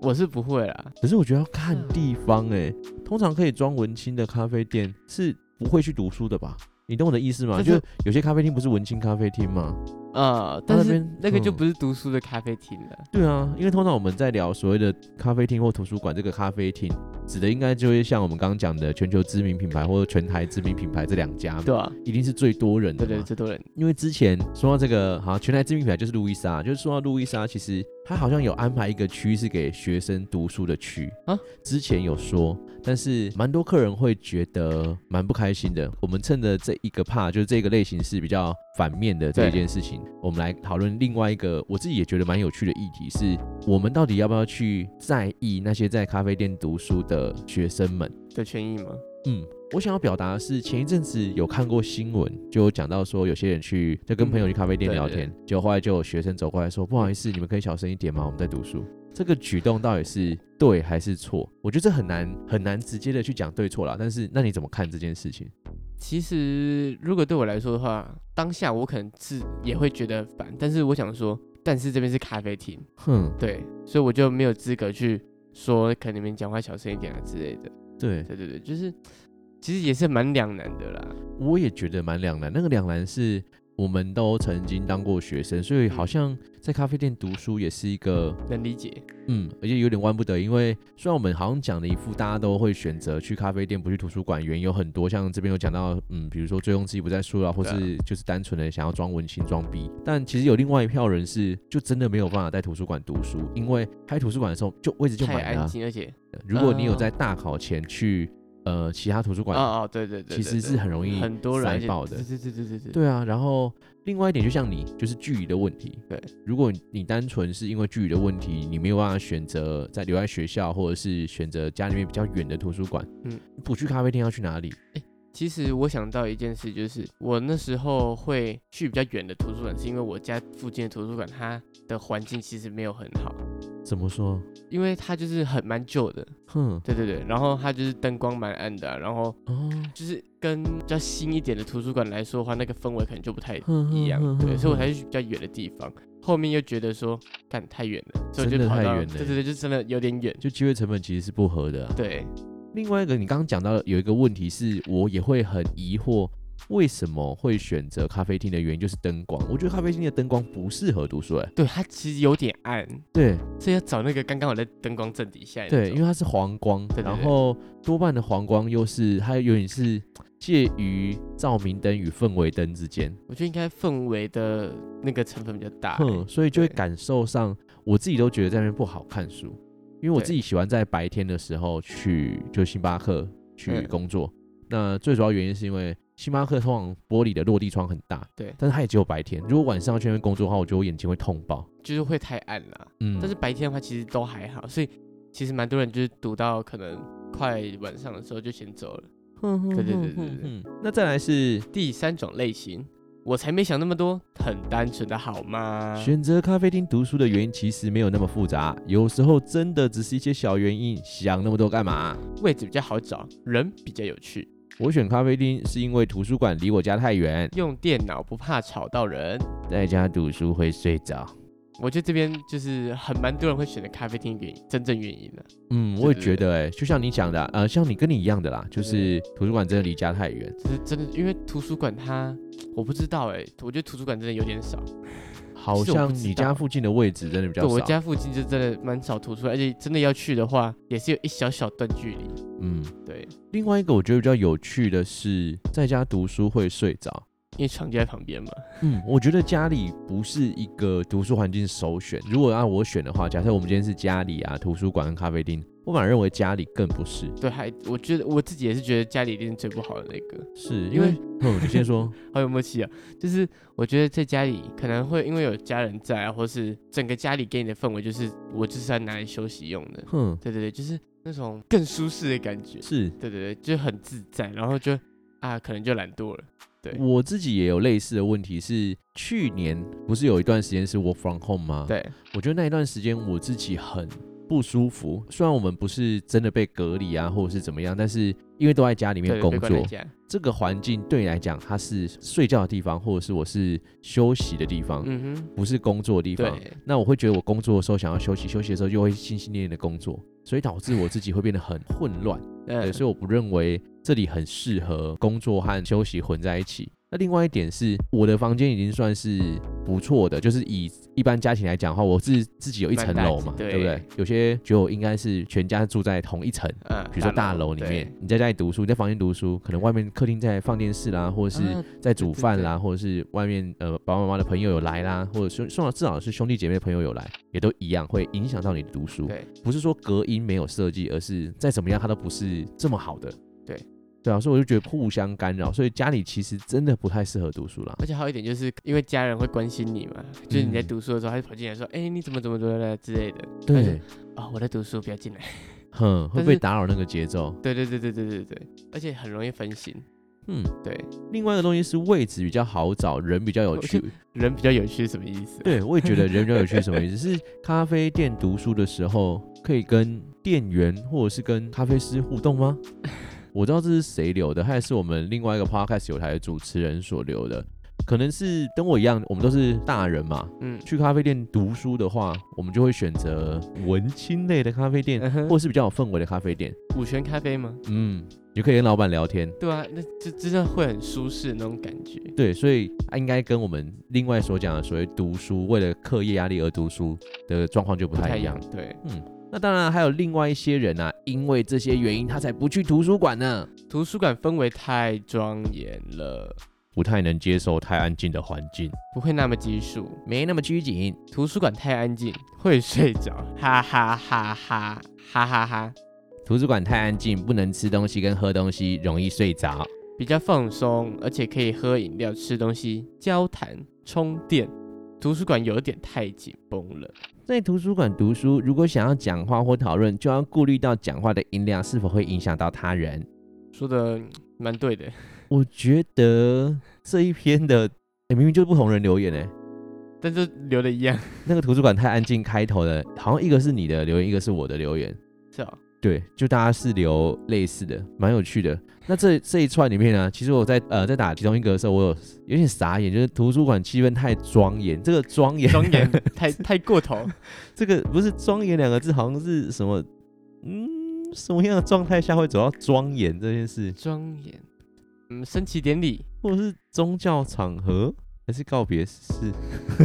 Speaker 2: 我是不会啦，
Speaker 1: 可是我觉得要看地
Speaker 2: 嗯
Speaker 1: 方哎、通常可以装文青的咖啡店是不会去读书的吧？你懂我的意思吗？
Speaker 2: 但
Speaker 1: 就是有些咖啡厅不是文青咖啡厅吗？
Speaker 2: 呃，
Speaker 1: 那
Speaker 2: 但是
Speaker 1: 边
Speaker 2: 那个就
Speaker 1: 嗯
Speaker 2: 不是读书的咖啡厅了。
Speaker 1: 对啊，因为通常我们在聊所谓的咖啡厅或图书馆，这个咖啡厅指的应该就会像我们刚刚讲的全球知名品牌或者全台知名品牌这两家嘛，
Speaker 2: 对啊，
Speaker 1: 一定是最多人的
Speaker 2: 对
Speaker 1: 嘛。
Speaker 2: 对，这多人
Speaker 1: 因为之前说到这个，好，全台知名品牌就是路易莎，就是说到路易莎，其实她好像有安排一个区是给学生读书的区
Speaker 2: 啊，
Speaker 1: 之前有说，但是蛮多客人会觉得蛮不开心的。我们趁着这一个怕，就是这个类型是比较反面的这一
Speaker 2: 对
Speaker 1: 件事情，我们来讨论另外一个我自己也觉得蛮有趣的议题是，我们到底要不要去在意那些在咖啡店读书的学生们？
Speaker 2: 的权益吗？
Speaker 1: 嗯，我想要表达的是，前一阵子有看过新闻，就有讲到说有些人去就跟朋友去咖啡店
Speaker 2: 嗯对
Speaker 1: 聊天，就后来就有学生走过来说：“不好意思，你们可以小声一点吗？我们在读书。”这个举动到底是对还是错？我觉得这很难很难直接的去讲对错啦。但是那你怎么看这件事情？
Speaker 2: 其实如果对我来说的话，当下我可能是也会觉得烦，但是我想说，但是这边是咖啡厅，
Speaker 1: 哼，
Speaker 2: 对，所以我就没有资格去说，可能你们讲话小声一点啊之类的。
Speaker 1: 对，
Speaker 2: 对对对，就是其实也是蛮两难的啦。
Speaker 1: 我也觉得蛮两难。那个两难是我们都曾经当过学生，所以好像在咖啡店读书也是一个
Speaker 2: 能理解，
Speaker 1: 嗯，而且有点万不得已，因为虽然我们好像讲的一副大家都会选择去咖啡店不去图书馆，原因有很多，像这边有讲到，嗯，比如说醉翁之意不在书啦，或
Speaker 2: 对啊
Speaker 1: 是就是单纯的想要装文青装逼，但其实有另外一票人是就真的没有办法在图书馆读书，因为开图书馆的时候就位置就
Speaker 2: 太
Speaker 1: 满了
Speaker 2: 安
Speaker 1: 啊、
Speaker 2: 静，而且
Speaker 1: 如果你有
Speaker 2: 哦
Speaker 1: 在大考前去呃其他图书馆，
Speaker 2: 哦哦，对对对，
Speaker 1: 其
Speaker 2: 对
Speaker 1: 实
Speaker 2: 对
Speaker 1: 是很容易
Speaker 2: 很多人
Speaker 1: 塞
Speaker 2: 而且
Speaker 1: 爆的
Speaker 2: 对对对对对对
Speaker 1: 对啊，然后另外一点，就像你，就是距离的问题。
Speaker 2: 对，
Speaker 1: 如果你单纯是因为距离的问题，你没有办法选择在留在学校，或者是选择家里面比较远的图书馆，嗯
Speaker 2: 嗯，
Speaker 1: 不去咖啡厅要去哪里？
Speaker 2: 其实我想到一件事，就是我那时候会去比较远的图书馆，是因为我家附近的图书馆它的环境其实没有很好，
Speaker 1: 怎么说？
Speaker 2: 因为它就是很蛮旧的，
Speaker 1: 哼，
Speaker 2: 对对对，然后它就是灯光蛮暗的啊、然后
Speaker 1: 哦，
Speaker 2: 就是跟比较新一点的图书馆来说的话，那个氛围可能就不太
Speaker 1: 哼
Speaker 2: 一样，
Speaker 1: 哼哼
Speaker 2: 对，
Speaker 1: 哼
Speaker 2: 所以我才去比较远的地方。后面又觉得说，干太远了，所以我
Speaker 1: 真
Speaker 2: 就
Speaker 1: 的
Speaker 2: 跑
Speaker 1: 太
Speaker 2: 到，
Speaker 1: 远了
Speaker 2: 对对对，就真的有点远，
Speaker 1: 就机会成本其实是不合的啊、
Speaker 2: 对，
Speaker 1: 另外一个，你刚刚讲到的有一个问题是，我也会很疑惑，为什么会选择咖啡厅的原因就是灯光。我觉得咖啡厅的灯光不适合读书、欸，哎，
Speaker 2: 对，它其实有点暗，
Speaker 1: 对
Speaker 2: 所以要找那个刚刚好在灯光正底下的那
Speaker 1: 对，
Speaker 2: 种，
Speaker 1: 因为它是黄光，
Speaker 2: 对对对
Speaker 1: 然后多半的黄光又是它有点是介于照明灯与氛围灯之间，
Speaker 2: 我觉得应该氛围的那个成分比较大、欸
Speaker 1: 哼，，所以就会
Speaker 2: 对
Speaker 1: 感受上，我自己都觉得在那边不好看书，因为我
Speaker 2: 对
Speaker 1: 自己喜欢在白天的时候去就星巴克去
Speaker 2: 嗯
Speaker 1: 工作。那最主要原因是因为星巴克通常玻璃的落地窗很大，
Speaker 2: 对
Speaker 1: 但是它也只有白天。如果晚上要去那边工作的话，我觉得我眼睛会痛爆。
Speaker 2: 就是会太暗啦。
Speaker 1: 嗯，
Speaker 2: 但是白天的话，其实都还好，所以其实蛮多人就是读到可能快晚上的时候就先走了。
Speaker 1: 对
Speaker 2: 对对对对对。
Speaker 1: 嗯，那再来是
Speaker 2: 第三种类型，我才没想那么多，很单纯的好吗？
Speaker 1: 选择咖啡厅读书的原因其实没有那么复杂，有时候真的只是一些小原因，想那么多干嘛？
Speaker 2: 位置比较好找，人比较有趣，
Speaker 1: 我选咖啡厅是因为图书馆离我家太远，
Speaker 2: 用电脑不怕吵到人。
Speaker 1: 在家读书会睡着。
Speaker 2: 我觉得这边就是很蛮多人会选择咖啡厅原因，真正原因了。啊
Speaker 1: 嗯，
Speaker 2: 对
Speaker 1: 我也
Speaker 2: 对
Speaker 1: 觉
Speaker 2: 对
Speaker 1: 得、欸，就像你讲的啊，呃，像你跟你一样的啦，就是图书馆真的离家太远，
Speaker 2: 就是真的，因为图书馆它我不知道哎、我觉得图书馆真的有点少。
Speaker 1: 好
Speaker 2: 是我
Speaker 1: 像
Speaker 2: 不知
Speaker 1: 你
Speaker 2: 道
Speaker 1: 家附近的位置真的比
Speaker 2: 对，
Speaker 1: 较
Speaker 2: 我
Speaker 1: 少。
Speaker 2: 家附近就真的蛮少图书馆，而且真的要去的话，也是有一小小段距离。
Speaker 1: 嗯，
Speaker 2: 对，
Speaker 1: 另外一个我觉得比较有趣的是，在家读书会睡着。
Speaker 2: 因为床就在旁边嘛。
Speaker 1: 嗯，我觉得家里不是一个读书环境首选。如果让我选的话，假设我们今天是家里啊、图书馆跟咖啡厅，我反而认为家里更不是，
Speaker 2: 对，还我觉得我自己也是觉得家里一定是最不好的那个。
Speaker 1: 是因
Speaker 2: 因
Speaker 1: 为
Speaker 2: 为，
Speaker 1: 嗯，你先说，
Speaker 2: 好有默契啊！就是我觉得在家里可能会因为有家人在啊，或是整个家里给你的氛围，就是我就是要拿来休息用的。
Speaker 1: 哼，
Speaker 2: 对对对，就是那种更舒适的感觉。
Speaker 1: 是
Speaker 2: 对对对，就很自在，然后就啊，可能就懒惰了。对
Speaker 1: 我自己也有类似的问题是，去年不是有一段时间是 work from home 吗？
Speaker 2: 对
Speaker 1: 我觉得那一段时间我自己很不舒服。虽然我们不是真的被隔离啊，或者是怎么样，但是因为都在家里面
Speaker 2: 对，
Speaker 1: 工
Speaker 2: 被关在
Speaker 1: 作，
Speaker 2: 家
Speaker 1: 这个环境对你来讲，它是睡觉的地方，或者是我是休息的地方，
Speaker 2: 嗯哼，
Speaker 1: 不是工作的地方。
Speaker 2: 对，嗯
Speaker 1: 那我会觉得我工作的时候想要休息，休息的时候就会心心念念的工作，所以导致我自己会变得很混乱。对，
Speaker 2: 嗯，
Speaker 1: 所以我不认为这里很适合工作和休息混在一起。那另外一点是，我的房间已经算是不错的，就是以一般家庭来讲的话，我是自己有一层楼嘛，
Speaker 2: 蛮大
Speaker 1: 对
Speaker 2: 对
Speaker 1: 不对？有些酒应该是全家住在同一层，
Speaker 2: 嗯，
Speaker 1: 比如说大楼里面，你在家里读书，你在房间读书，可能外面客厅在放电视啦，或
Speaker 2: 不
Speaker 1: 者是在煮饭啦，或者是外面呃爸爸妈妈的朋友有来啦，或者是送至少是兄弟姐妹的朋友有来，也都一样会影响到你的读书。
Speaker 2: 对，
Speaker 1: 不是说隔音没有设计，而是再怎么样它都不是这么好的。
Speaker 2: 对，
Speaker 1: 对啊，所以我就觉得互相干扰，所以家里其实真的不太适合读书啦。
Speaker 2: 而且还有一点就是因为家人会关心你嘛，就是你在
Speaker 1: 嗯
Speaker 2: 读书的时候，他就跑进来说，哎，你怎么怎么怎么了之类的。但是
Speaker 1: 对，
Speaker 2: 啊，我在读书，不要进来。
Speaker 1: 哼，会
Speaker 2: 但是
Speaker 1: 被打扰那个节奏。
Speaker 2: 对对对对对对对，而且很容易分心。
Speaker 1: 嗯，
Speaker 2: 对，
Speaker 1: 另外一个东西是位置比较好找，人比较
Speaker 2: 哦
Speaker 1: 有趣。
Speaker 2: 人比较有趣是什么意思？
Speaker 1: 对，我也觉得人比较有趣是什么意思？ 是咖啡店读书的时候，可以跟店员或者是跟咖啡师互动 吗？我知道这是谁留的，他也是我们另外一个 podcast 有台的主持人所留的。可能是跟我一样，我们都是大人嘛，
Speaker 2: 嗯，
Speaker 1: 去咖啡店读书的话，我们就会选择文青类的咖啡店，
Speaker 2: 嗯哼
Speaker 1: 或是比较有氛围的咖啡店。
Speaker 2: 五泉咖啡吗？
Speaker 1: 嗯，也可以跟老板聊天。
Speaker 2: 对啊，那这真的会很舒适那种感觉。
Speaker 1: 对，所以应该跟我们另外所讲的所谓读书为了课业压力而读书的状况就不
Speaker 2: 不
Speaker 1: 太
Speaker 2: 太
Speaker 1: 一
Speaker 2: 一
Speaker 1: 样
Speaker 2: 样。，对，
Speaker 1: 那当然还有另外一些人啊，因为这些原因他才不去图书馆呢，
Speaker 2: 图书馆氛围太庄严了，
Speaker 1: 不太能接受太安静的环境，
Speaker 2: 不会那么拘束。
Speaker 1: 没那么拘谨。
Speaker 2: 图书馆太安静，会睡着，哈哈哈哈哈哈哈，
Speaker 1: 图书馆太安静，不能吃东西跟喝东西，容易睡着。
Speaker 2: 比较放松，而且可以喝饮料、吃东西、交谈、充电。图书馆有点太紧绷了，
Speaker 1: 在图书馆读书，如果想要讲话或讨论，就要顾虑到讲话的音量是否会影响到他人。
Speaker 2: 说的嗯蛮对的。
Speaker 1: 我觉得这一篇的，哎、明明就是不同人留言哎、
Speaker 2: 但就留的一样，
Speaker 1: 那个图书馆太安静开头的，好像一个是你的留言，一个是我的留言。
Speaker 2: 是哦，
Speaker 1: 对，就大家是留类似的，蛮有趣的。那这这一串里面呢，其实我在呃在打其中一个的时候，我有有点傻眼，就是图书馆气氛太庄严，这个庄严，
Speaker 2: 庄严太太过头，
Speaker 1: 这个不是庄严两个字，好像是什么，嗯，什么样的状态下会走到庄严这件事，
Speaker 2: 庄严。嗯，升旗典礼
Speaker 1: 或者是宗教场合还是告别式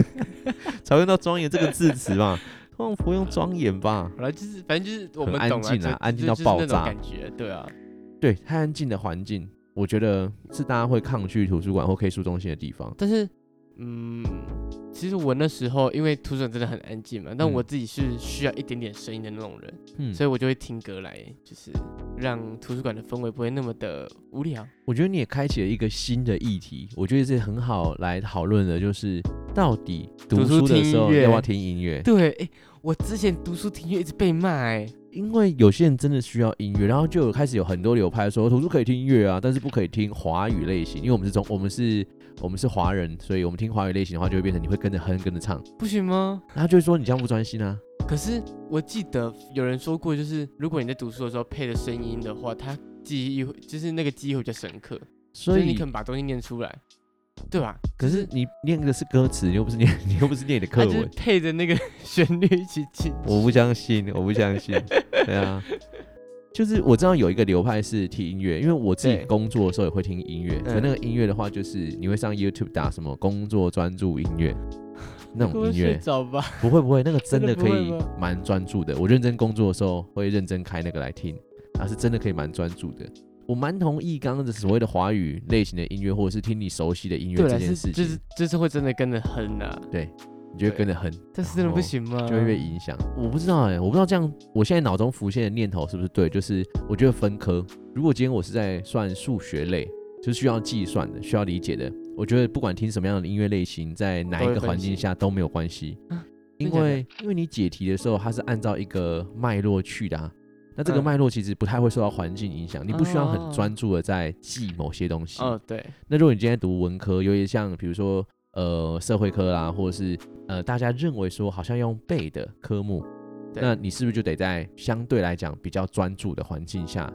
Speaker 1: 才会用到庄严这个字词嘛？通常不会用庄严吧？
Speaker 2: 好了，就是反正就是我
Speaker 1: 很
Speaker 2: 们
Speaker 1: 安
Speaker 2: 懂
Speaker 1: 静
Speaker 2: 了，
Speaker 1: 啊
Speaker 2: 就
Speaker 1: 安静
Speaker 2: 就
Speaker 1: 到
Speaker 2: 就是
Speaker 1: 爆
Speaker 2: 那种
Speaker 1: 炸
Speaker 2: 感觉，对啊，
Speaker 1: 对，太安静的环境，我觉得是大家会抗拒图书馆或 K 书中心的地方。
Speaker 2: 但是，嗯，其实我那时候因为图书馆真的很安静嘛，但
Speaker 1: 嗯
Speaker 2: 我自己是需要一点点声音的那种人，
Speaker 1: 嗯，
Speaker 2: 所以我就会听歌来，就是让图书馆的氛围不会那么的无聊。
Speaker 1: 我觉得你也开启了一个新的议题，我觉得这很好来讨论的，就是到底读
Speaker 2: 读书
Speaker 1: 书的
Speaker 2: 听
Speaker 1: 时候
Speaker 2: 音乐
Speaker 1: 要不要听音乐？
Speaker 2: 对，哎、我之前读书听音乐一直被骂、哎，
Speaker 1: 因为有些人真的需要音乐，然后就有开始有很多流派说读书可以听音乐啊，但是不可以听华语类型，因为我们是中我们是我们是华人，所以我们听华语类型的话，就会变成你会跟着哼跟着唱，
Speaker 2: 不行吗？
Speaker 1: 然后就会说你这样不专心啊。
Speaker 2: 可是我记得有人说过，就是如果你在读书的时候配的声音的话，它记忆会就是那个记忆会比较深刻，
Speaker 1: 所
Speaker 2: 就是你
Speaker 1: 以
Speaker 2: 可能把东西念出来，对吧？
Speaker 1: 可是你念的是歌词，你又不是念 你又不是念你的
Speaker 2: 它
Speaker 1: 课
Speaker 2: 啊就是
Speaker 1: 文。
Speaker 2: 配着那个旋律一起进。
Speaker 1: 我不相信，我不相 信。对啊，就是我知道有一个流派是听音乐，因为我自己
Speaker 2: 对
Speaker 1: 工作的时候也会听音乐，可
Speaker 2: 嗯
Speaker 1: 那个音乐的话，就是你会上 YouTube 打什么工作专注音 乐那
Speaker 2: 会不
Speaker 1: 种
Speaker 2: 会
Speaker 1: 音
Speaker 2: 睡
Speaker 1: 乐，
Speaker 2: 着吧。
Speaker 1: 不会不会，那个真
Speaker 2: 真
Speaker 1: 的
Speaker 2: 的
Speaker 1: 可
Speaker 2: 不会
Speaker 1: 以
Speaker 2: 吗
Speaker 1: 蛮专注的。我认真工作的时候会认真开那个来听，啊，是真的可以蛮专注的。我蛮同意刚刚的所谓的华语类型的音乐，或者是听你熟悉的音乐
Speaker 2: 对
Speaker 1: 这
Speaker 2: 啦，
Speaker 1: 件
Speaker 2: 是
Speaker 1: 事情，
Speaker 2: 就是就是会真的跟着哼啊，
Speaker 1: 你就会跟着哼，
Speaker 2: 但是真的
Speaker 1: 然后
Speaker 2: 不行吗？
Speaker 1: 就会被影响。我不知道哎、我不知道这样，我现在脑中浮现的念头是不是对？就是我觉得分科，如果今天我是在算数学类，就是需要计算的、需要理解的，我觉得不管听什么样的音乐类型，在哪一个环境下都没有关系
Speaker 2: 啊，
Speaker 1: 因
Speaker 2: 真的假的
Speaker 1: 为因为你解题的时候，它是按照一个脉络去的、啊。那这个
Speaker 2: 嗯
Speaker 1: 脉络其实不太会受到环境影响，你不需要很
Speaker 2: 哦
Speaker 1: 专注的在记某些东西。
Speaker 2: 哦，对，
Speaker 1: 那如果你今天读文科，有点像比如说呃社会科啦，或者是呃大家认为说好像要用背的科目，
Speaker 2: 对
Speaker 1: 那你是不是就得在相对来讲比较专注的环境下，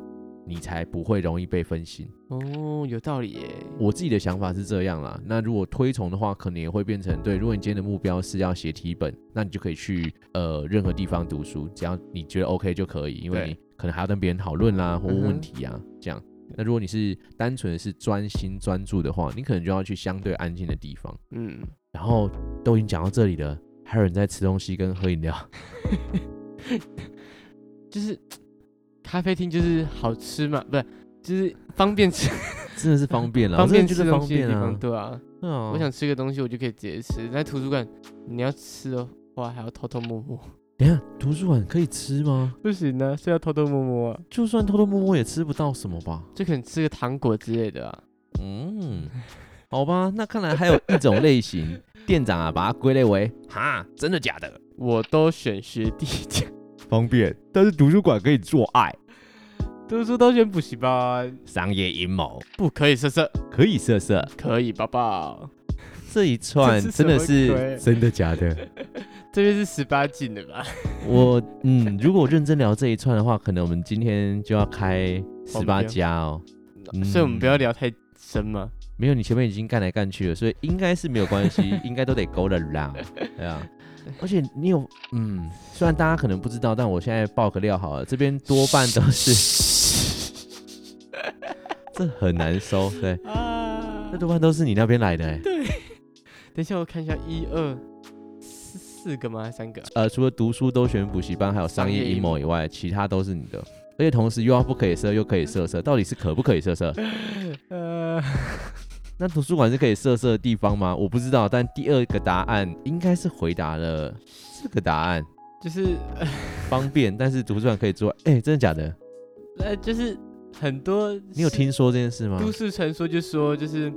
Speaker 1: 你才不会容易被分心？
Speaker 2: 哦，有道理耶。
Speaker 1: 我自己的想法是这样啦。那如果推崇的话，可能也会变成对。如果你今天的目标是要写题本，那你就可以去呃任何地方读书，只要你觉得 OK 就可以，因为
Speaker 2: 对
Speaker 1: 你可能还要跟别人讨论啦或问
Speaker 2: 嗯哼
Speaker 1: 问题啊、这样。那如果你是单纯是专心专注的话，你可能就要去相对安静的地方。
Speaker 2: 嗯，
Speaker 1: 然后都已经讲到这里了，还有人在吃东西跟喝饮料，
Speaker 2: 就是咖啡厅就是好吃嘛，不是，就是方便吃，
Speaker 1: 真的是方便了，
Speaker 2: 方便
Speaker 1: 我真
Speaker 2: 吃
Speaker 1: 的觉得
Speaker 2: 东
Speaker 1: 方
Speaker 2: 西的
Speaker 1: 便
Speaker 2: 地方，
Speaker 1: 啊。
Speaker 2: 对啊。
Speaker 1: 对啊，
Speaker 2: 我想吃个东西，我就可以直接吃。在图书馆，你要吃的话还要偷偷摸摸，
Speaker 1: 等一下图书馆可以吃吗？
Speaker 2: 不行呢，是要偷偷摸摸啊，
Speaker 1: 就算偷偷摸摸也吃不到什么吧？
Speaker 2: 就可能吃个糖果之类的啊。
Speaker 1: 嗯，好吧，那看来还有一种类型，店长啊，把它归类为哈，真的假的？
Speaker 2: 我都选学弟奖，
Speaker 1: 方便，但是图书馆可以做爱，
Speaker 2: 读书 都选补习班，
Speaker 1: 商业阴谋
Speaker 2: 不可以色色，
Speaker 1: 可以色色，
Speaker 2: 可以抱抱。
Speaker 1: 这一串
Speaker 2: 这是
Speaker 1: 真的
Speaker 2: 什么
Speaker 1: 是
Speaker 2: 鬼
Speaker 1: 真的假的？
Speaker 2: 这边是十八禁的吧？
Speaker 1: 我嗯，如果我认真聊这一串的话，可能我们今天就要开十八家哦。嗯
Speaker 2: 所以我们不要聊太深嘛。
Speaker 1: 没有，你前面已经干来干去了，所以应该是没有关系，应该都得勾了啦，对啊。而且你有，嗯，虽然大家可能不知道，但我现在爆个料好了，这边多半都是，
Speaker 2: 是
Speaker 1: 这很难收，对，
Speaker 2: 啊
Speaker 1: 这多半都是你那边来的、 欸，
Speaker 2: 等一下，我看一下，一二四四个吗？还是三个啊？
Speaker 1: 呃，除了读书都选补习班，还有商业阴谋以外，其他都是你的。而且同时又要不可以色，又可以色色，到底是可不可以色色？
Speaker 2: 呃，
Speaker 1: 那图书馆是可以色色的地方吗？我不知道，但第二个答案应该是回答了这个答案，
Speaker 2: 就是呃
Speaker 1: 方便，但是图书馆可以做，哎、真的假的？
Speaker 2: 呃，就是很多
Speaker 1: 你有
Speaker 2: 是
Speaker 1: 听说这件事吗？
Speaker 2: 都市传说就说就是。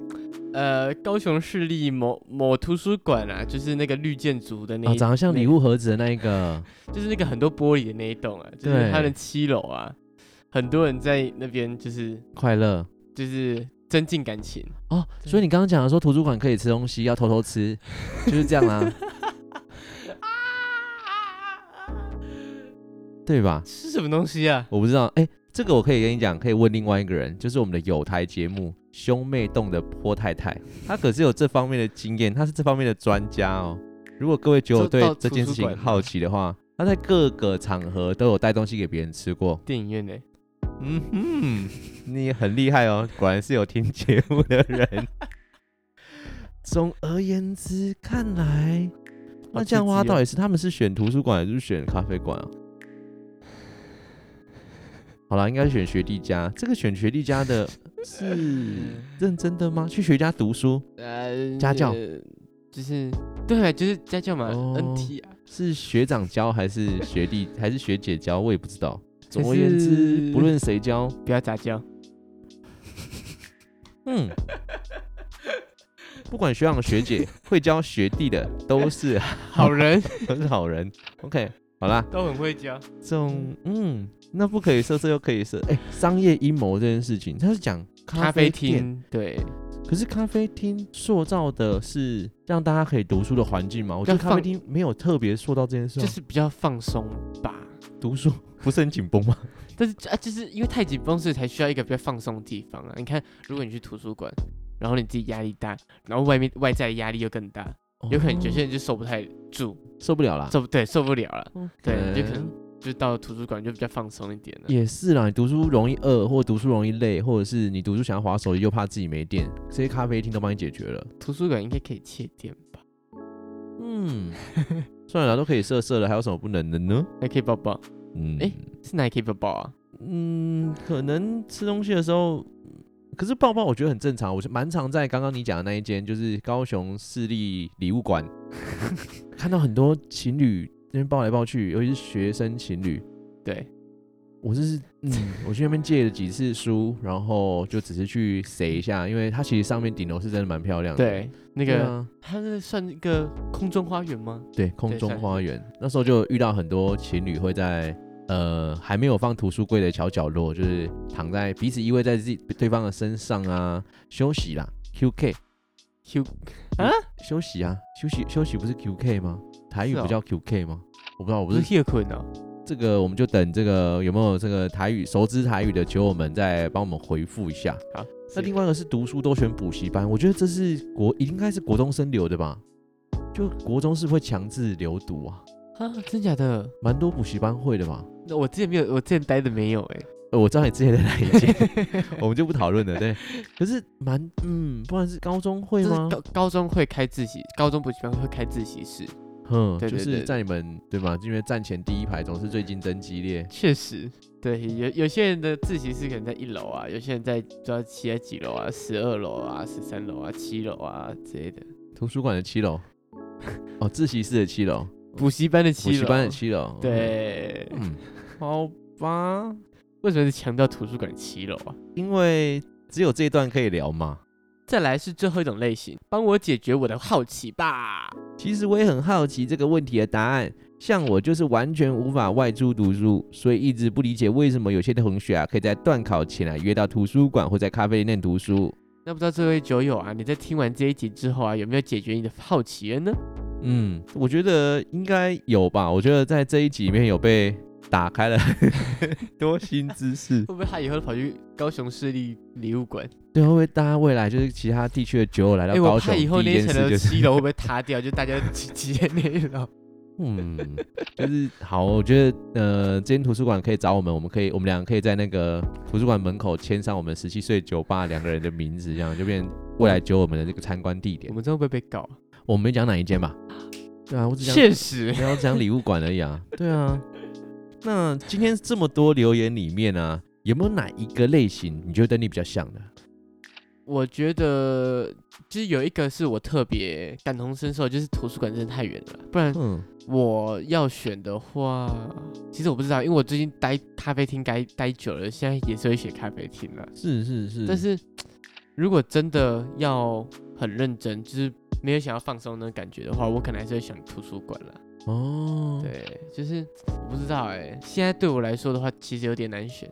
Speaker 2: 呃，高雄市立某某图书馆啊，就是那个绿建筑的那
Speaker 1: 啊，
Speaker 2: 一，
Speaker 1: 长得像礼物盒子的那一 个，
Speaker 2: 就是那个很多玻璃的那一栋啊，就
Speaker 1: 对
Speaker 2: 是它的七楼啊，很多人在那边就是
Speaker 1: 快乐
Speaker 2: 就是增进感情。
Speaker 1: 哦，所以你刚刚讲的说图书馆可以吃东西，要偷偷吃，就是这样 啊，
Speaker 2: 啊
Speaker 1: 对吧？
Speaker 2: 是什么东西啊？
Speaker 1: 我不知道，哎、这个我可以跟你讲，可以问另外一个人，就是我们的有台节目《兄妹洞》的坡太太，她可是有这方面的经验，她是这方面的专家哦。如果各位酒友对
Speaker 2: 就到
Speaker 1: 这件事
Speaker 2: 图书馆
Speaker 1: 情
Speaker 2: 吗
Speaker 1: 好奇的话，她在各个场合都有带东西给别人吃过。
Speaker 2: 电影院的、
Speaker 1: 嗯哼，你很厉害哦，果然是有听节目的人。总而言之，看来
Speaker 2: 哦
Speaker 1: 那这样的话，到
Speaker 2: 底
Speaker 1: 底是他们是选图书馆还是选咖啡馆啊？好了，应该是选学弟家。这个选学弟家的是认真的吗？去学弟家读书
Speaker 2: 呃
Speaker 1: 家教
Speaker 2: 呃就是对啊，就是家教嘛、
Speaker 1: 哦
Speaker 2: n t 啊，
Speaker 1: 是学长教还是学弟还是学姐教？我也不知道。总
Speaker 2: 还
Speaker 1: 而言之，
Speaker 2: 是
Speaker 1: 不论谁教，
Speaker 2: 不要杂交。
Speaker 1: 嗯，不管学长学姐会教学弟的都是
Speaker 2: 好人
Speaker 1: 都是好人。OK，好啦，
Speaker 2: 都很会教，
Speaker 1: 这种嗯，那不可以设，这又可以设。哎、商业阴谋这件事情，他是讲
Speaker 2: 咖
Speaker 1: 咖
Speaker 2: 啡
Speaker 1: 啡店，啊
Speaker 2: 厅对，
Speaker 1: 可是咖啡厅塑造的是让大家可以读书的环境嘛？我觉得
Speaker 2: 要放
Speaker 1: 咖啡厅没有特别塑造这件事、啊，
Speaker 2: 就是比较放松吧。
Speaker 1: 读书 不是很紧绷吗？
Speaker 2: 但是啊，就是因为太紧绷，所以才需要一个比较放松的地方啊。你看，如果你去图书馆，然后你自己压力大，然后外面外在的压力又更大，有可能有些人就受不太住，
Speaker 1: 哦受不了啦。
Speaker 2: 受对受不了了。
Speaker 1: OK
Speaker 2: 对，就可能就到图书馆就比较放松一点了。
Speaker 1: 也是啦，你读书容易饿，或者读书容易累，或者是你读书想要划手机又怕自己没电，这些咖啡厅都帮你解决了。
Speaker 2: 图书馆应该可以切店吧？
Speaker 1: 嗯，算了啦，都可以设设了，还有什么不能的呢？
Speaker 2: 还可以抱抱，
Speaker 1: 嗯，
Speaker 2: 哎是哪里可以抱抱啊？
Speaker 1: 嗯，可能吃东西的时候，可是抱抱我觉得很正常。我是蛮常在刚刚你讲的那一间，就是高雄市立礼物馆，看到很多情侣那边抱来抱去，尤其是学生情侣。
Speaker 2: 对，
Speaker 1: 我是嗯，我去那边借了几次书，然后就只是去谁一下，因为它其实上面顶楼是真的蛮漂亮的。
Speaker 2: 对，那
Speaker 1: 对
Speaker 2: 个
Speaker 1: 啊，
Speaker 2: 它是算一个空中花园吗？
Speaker 1: 对，空
Speaker 2: 对
Speaker 1: 中
Speaker 2: 算是
Speaker 1: 花园。那时候就遇到很多情侣会在呃还没有放图书柜的小角落，就是躺在彼此依偎在自己对方的身上啊，休息啦。QK
Speaker 2: 休
Speaker 1: 休息啊，休息休息不是 QK 吗？台语
Speaker 2: 是哦
Speaker 1: 不叫 QK 吗？我不知道，我
Speaker 2: 不
Speaker 1: 不
Speaker 2: 是
Speaker 1: 是
Speaker 2: 夜困哦，
Speaker 1: 这个，我们就等这个有没有这个台语熟知台语的酒友们再帮我们回复一下。
Speaker 2: 好，
Speaker 1: 那
Speaker 2: 是
Speaker 1: 另外一个是读书都选补习班，我觉得这是国应该是国中生留的吧？就国中是会强制留读啊，
Speaker 2: 啊，真假的？
Speaker 1: 蛮多补习班会的吧？
Speaker 2: 那我之前没有，我之前待的没有哎、
Speaker 1: 呃，我知道你之前在哪一间， 我们就不讨论了。对，可是蛮嗯，不然是高中会
Speaker 2: 就是
Speaker 1: 吗？
Speaker 2: 高高中会开自习，高中补习班会开自习室，
Speaker 1: 嗯，
Speaker 2: 对
Speaker 1: 就
Speaker 2: 对
Speaker 1: 是
Speaker 2: 对
Speaker 1: 在你们对吗？因为站前第一排总是最竞争激烈。
Speaker 2: 确实，对，有有些人的自习室可能在一楼啊，有些人在不知道七在几楼啊，十二楼啊，十三楼啊，七楼啊之类的，
Speaker 1: 图书馆的七 楼，哦，自习室的七楼，
Speaker 2: 补习班的七哦
Speaker 1: 补
Speaker 2: 楼，
Speaker 1: 习班的七楼。
Speaker 2: 对，
Speaker 1: 嗯，嗯， 好吧，
Speaker 2: 为什么是强调图书馆七楼啊？
Speaker 1: 因为只有这一段可以聊嘛。
Speaker 2: 再来是最后一种类型，帮我解决我的好奇吧。
Speaker 1: 其实我也很好奇这个问题的答案。像我就是完全无法外出读书，所以一直不理解为什么有些同学啊可以在断考前啊约到图书馆或在咖啡店读书。
Speaker 2: 那不知道这位酒友啊，你在听完这一集之后啊，有没有解决你的好奇了呢？
Speaker 1: 嗯，我觉得应该有吧。我觉得在这一集里面有被打开了 多新知 识。
Speaker 2: 会不会他以后跑去高雄市立礼物馆？
Speaker 1: 对，会不会大家未来就是其他地区的酒友来到
Speaker 2: 哎、我
Speaker 1: 高
Speaker 2: 怕
Speaker 1: 雄，
Speaker 2: 以后
Speaker 1: 第
Speaker 2: 那
Speaker 1: 一件
Speaker 2: 一
Speaker 1: 事
Speaker 2: 层
Speaker 1: 就
Speaker 2: 楼
Speaker 1: 是
Speaker 2: 七楼会不会塌掉？就大家挤挤在那一楼。
Speaker 1: 嗯，就是好，我觉得呃，这间图书馆可以找我们，我们可以，我们俩可以在那个图书馆门口签上我们十七岁酒吧两个人的名字，这样就变成未来酒我们的这个参观地
Speaker 2: 我
Speaker 1: 点。
Speaker 2: 们这样会不会被告啊？
Speaker 1: 我们没讲哪一间吧？对啊，我只讲
Speaker 2: 确实，
Speaker 1: 没有讲礼物馆而已啊。对啊，那今天这么多留言里面啊，有没有哪一个类型你觉得你比较像的？
Speaker 2: 我觉得就是有一个是我特别感同身受，就是图书馆真的太远了，不然
Speaker 1: 嗯，
Speaker 2: 我要选的话，其实我不知道，因为我最近待咖啡厅待待久了，现在也是会选咖啡厅了。
Speaker 1: 是是是，
Speaker 2: 但是如果真的要很认真，就是没有想要放松那种感觉的话，我可能还是会选图书馆啦。
Speaker 1: 哦，对，
Speaker 2: 对，就是我不知欸道哎、现在对我来说的话，其实有点难选。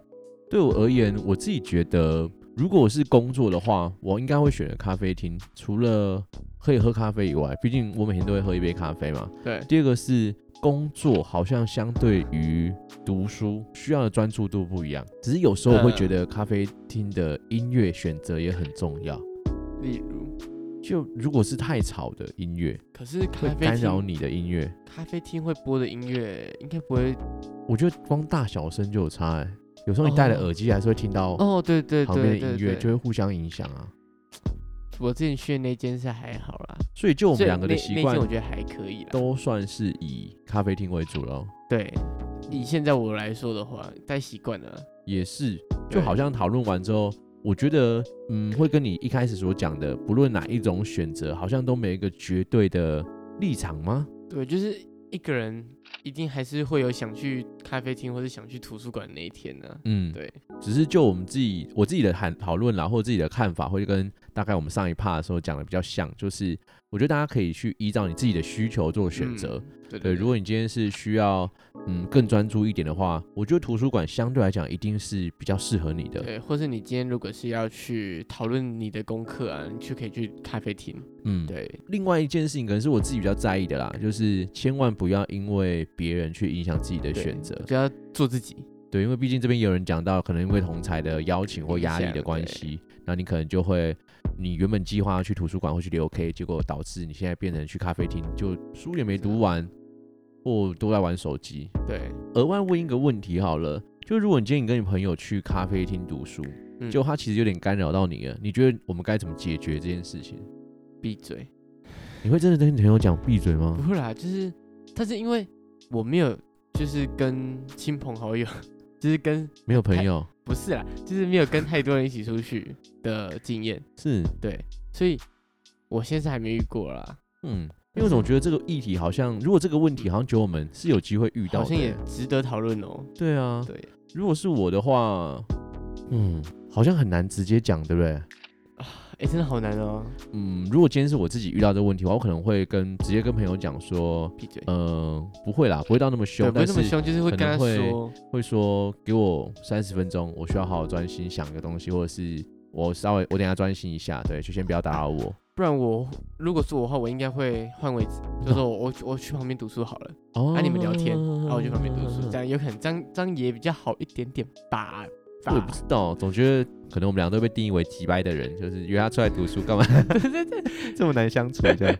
Speaker 1: 对我而言，我自己觉得如果我是工作的话，我应该会选择咖啡厅，除了可以喝咖啡以外，毕竟我每天都会喝一杯咖啡嘛。
Speaker 2: 对，
Speaker 1: 第二个是工作，好像相对于读书需要的专注度不一样，只是有时候我会
Speaker 2: 嗯
Speaker 1: 觉得咖啡厅的音乐选择也很重要。
Speaker 2: 例如，
Speaker 1: 就如果是太吵的音乐，
Speaker 2: 可是咖
Speaker 1: 会
Speaker 2: 啡
Speaker 1: 干扰
Speaker 2: 厅
Speaker 1: 你的音乐，
Speaker 2: 咖啡厅会播的音乐应该不会
Speaker 1: 我觉得光大小声就有差哎、有时候你戴了耳机还是会听到
Speaker 2: 哦，对对
Speaker 1: 旁边
Speaker 2: 对
Speaker 1: 的
Speaker 2: 对
Speaker 1: 音乐，
Speaker 2: 对，
Speaker 1: 就会互相影响啊。
Speaker 2: 我之前去的那间是还好啦，
Speaker 1: 所以就我
Speaker 2: 所
Speaker 1: 们
Speaker 2: 以
Speaker 1: 两个的
Speaker 2: 那
Speaker 1: 习
Speaker 2: 那
Speaker 1: 惯
Speaker 2: 间我觉得还可以啦。
Speaker 1: 都算是以咖啡厅为主了，
Speaker 2: 对，以现在我来说的话，太习惯了啦。
Speaker 1: 也是就
Speaker 2: 对
Speaker 1: 好像讨论完之后，我觉得嗯，会跟你一开始所讲的，不论哪一种选择，好像都没有一个绝对的立场吗？
Speaker 2: 对，就是一个人一定还是会有想去咖啡厅或者想去图书馆的那一天呢、
Speaker 1: 嗯，
Speaker 2: 对，
Speaker 1: 只是就我们自己我自己的谈讨论啦，或者自己的看法，会跟大概我们上一趴的时候讲的比较像，就是我觉得大家可以去依照你自己的需求做选择。
Speaker 2: 嗯对
Speaker 1: 对，
Speaker 2: 对，
Speaker 1: 如果你今天是需要嗯更专注一点的话，我觉得图书馆相对来讲一定是比较适合你的。
Speaker 2: 对，或是你今天如果是要去讨论你的功课啊，你去可以去咖啡厅。
Speaker 1: 嗯，。
Speaker 2: 对，
Speaker 1: 另外一件事情可能是我自己比较在意的啦，就是千万不要因为别人去影响自己的
Speaker 2: 对
Speaker 1: 选择。
Speaker 2: 就要做自己。
Speaker 1: 对，因为毕竟这边也有人讲到，可能因为同才的邀请或
Speaker 2: 影
Speaker 1: 压力
Speaker 2: 响
Speaker 1: 的关
Speaker 2: 对
Speaker 1: 系，那你可能就会，你原本计划要去图书馆或去留 K，结果导致你现在变成去咖啡厅，就书也没
Speaker 2: 啊
Speaker 1: 读完，或都在玩手机。
Speaker 2: 对，
Speaker 1: 额外问一个问题好了，就如果你今天你跟你朋友去咖啡厅读书，
Speaker 2: 嗯
Speaker 1: 就他其实有点干扰到你了，你觉得我们该怎么解决这件事情？
Speaker 2: 闭嘴。
Speaker 1: 你会真的跟你朋友讲闭嘴
Speaker 2: 不
Speaker 1: 吗？
Speaker 2: 会啦，就是，但是因为我没有，就是跟亲朋好友， 就是跟
Speaker 1: 没有朋友
Speaker 2: 不是啦，就是没有跟太多人一起出去的经验。
Speaker 1: 是，
Speaker 2: 对，所以我现在还没遇过啦，
Speaker 1: 嗯，因为我总觉得这个议题好像，如果这个问题好像觉得我们是有机会遇到
Speaker 2: 好
Speaker 1: 的，欸
Speaker 2: 像也值得讨论哦。
Speaker 1: 对啊，
Speaker 2: 对，
Speaker 1: 如果是我的话，嗯，好像很难直接讲，对不对？
Speaker 2: 哎，真的好难哦，
Speaker 1: 嗯，如果今天是我自己遇到这个问题的话，我可能会跟直接跟朋友讲说，
Speaker 2: 闭嘴。
Speaker 1: 呃，不会啦，不会到那么
Speaker 2: 对，
Speaker 1: 凶，
Speaker 2: 不会那么
Speaker 1: 但是
Speaker 2: 凶，就是会
Speaker 1: 可
Speaker 2: 跟
Speaker 1: 能
Speaker 2: 他
Speaker 1: 会
Speaker 2: 说，
Speaker 1: 会说给我三十分钟，我需要好好专心想一个东西，或者是我稍微我等一下专心一下，对，就先不要打扰我。
Speaker 2: 不然我如果是我的话，我应该会换位置，
Speaker 1: 嗯
Speaker 2: 就说我我我去旁边读书好了，
Speaker 1: 哦
Speaker 2: 啊你们聊天，然后我去旁边读
Speaker 1: 嗯
Speaker 2: 书，这样有可能这样这样也比较好一点点吧。
Speaker 1: 我也不知道，总觉得可能我们俩都被定义为急掰的人，就是约他出来读书干嘛？ 这么难相处这样。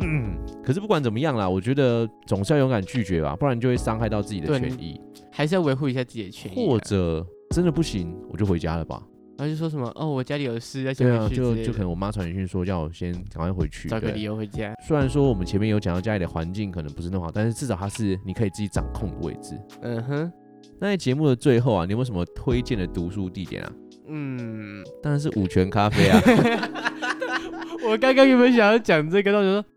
Speaker 1: 嗯，可是不管怎么样啦，我觉得总是要勇敢拒绝吧，不然就会伤害到自己的
Speaker 2: 对
Speaker 1: 权
Speaker 2: 你
Speaker 1: 益，
Speaker 2: 还是要维护一下自己的权益、啊
Speaker 1: 或，者真的不行，我就回家了吧。
Speaker 2: 然后就说什么哦，我家里有事要先
Speaker 1: 对啊，
Speaker 2: 回去之类
Speaker 1: 就
Speaker 2: 的，
Speaker 1: 就可能我妈传简讯说叫我先赶快回去，
Speaker 2: 找个
Speaker 1: 对
Speaker 2: 理由回家。
Speaker 1: 虽然说我们前面有讲到家里的环境可能不是那么好，但是至少它是你可以自己掌控的位置。
Speaker 2: 嗯哼，
Speaker 1: 那在节目的最后啊，你有没有什么推荐的读书地点啊？
Speaker 2: 嗯，
Speaker 1: 当然是五泉咖啡啊。
Speaker 2: 我刚刚原本想要讲这个，到时候说，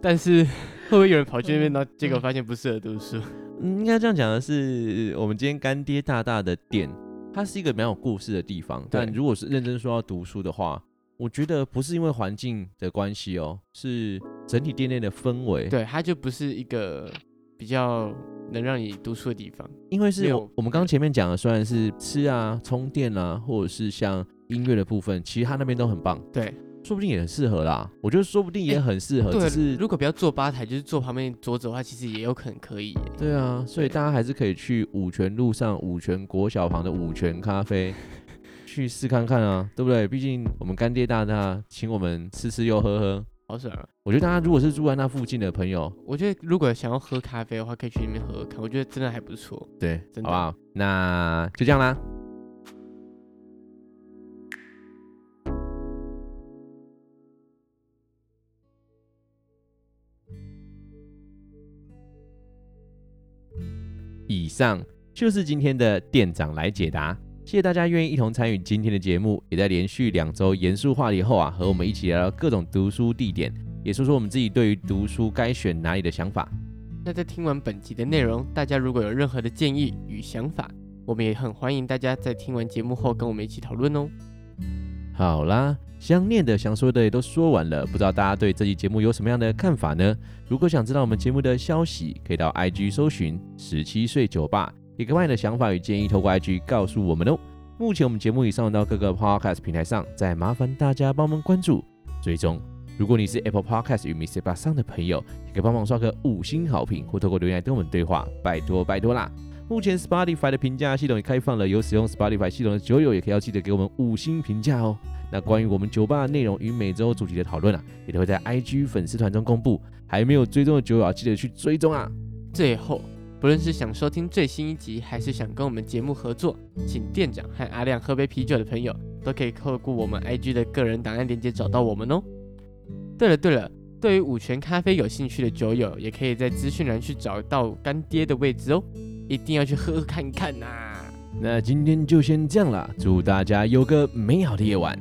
Speaker 2: 但是会不会有人跑去那边，然后结果发现不适合读书？
Speaker 1: 嗯，应该这样讲的是，我们今天干爹大大的店，它是一个蛮有故事的地方。但
Speaker 2: 对
Speaker 1: 如果是认真说要读书的话，我觉得不是因为环境的关系哦，是整体店内的氛围。，
Speaker 2: 对，它就不是一个比较能让你读书的地方。
Speaker 1: 因为
Speaker 2: 没
Speaker 1: 是
Speaker 2: 有
Speaker 1: 我我们刚前面讲的，虽然是吃啊、充电啊，或者是像音乐的部分，其实它那边都很棒，
Speaker 2: 对
Speaker 1: 说不定也很适合啦。我觉得说不定也
Speaker 2: 哎
Speaker 1: 很适合，只
Speaker 2: 对，
Speaker 1: 是
Speaker 2: 如果不要坐吧台，就是坐旁边桌子的话，其实也有可能可以耶。
Speaker 1: 对啊，所以
Speaker 2: 对
Speaker 1: 大家还是可以去五泉路上五泉国小旁的五泉咖啡去试看看啊，对不对？毕竟我们干爹大大请我们吃吃又喝喝，
Speaker 2: 好爽啊！
Speaker 1: 我觉得大家如果是住在那附近的朋友，
Speaker 2: 我觉得如果想要喝咖啡的话，可以去那边喝喝看，我觉得真的还不错。
Speaker 1: 对，好
Speaker 2: 真
Speaker 1: 不
Speaker 2: 的
Speaker 1: 好？那就这样啦。以上就是今天的店长来解答，谢谢大家愿意一同参与今天的节目，也在连续两周严肃话题后啊，和我们一起聊聊各种读书地点，也说说我们自己对于读书该选哪里的想法。
Speaker 2: 那在听完本集的内容，大家如果有任何的建议与想法，我们也很欢迎大家在听完节目后跟我们一起讨论哦。
Speaker 1: 好啦，想念的、想说的也都说完了，不知道大家对这期节目有什么样的看法呢？如果想知道我们节目的消息，可以到 IG 搜寻“十七岁酒吧”，也可以把你的想法与建议透过 IG 告诉我们哦。目前我们节目已上到各个 podcast 平台上，再麻烦大家帮忙关注、追踪。如果你是 Apple Podcast 与 Mr. b a 上的朋友，也可以帮忙刷个五星好评，或透过留言来跟我们对话，拜托拜托啦！目前 Spotify 的评价系统也开放了，有使用 Spotify 系统的酒友也可以要记得给我们五星评价哦。那关于我们酒吧的内容与每周主题的讨论啊，也都会在 IG 粉丝团中公布，还没有追踪的酒友啊，记得去追踪啊！
Speaker 2: 最后，不论是想收听最新一集，还是想跟我们节目合作，请店长和阿亮喝杯啤酒的朋友，都可以透过我们 IG 的个人档案链接找到我们哦。对了对了，对于五泉咖啡有兴趣的酒友，也可以在资讯栏去找到干爹的位置哦，一定要去喝喝看看呐、啊
Speaker 1: 那今天就先这样啦，祝大家有个美好的夜晚，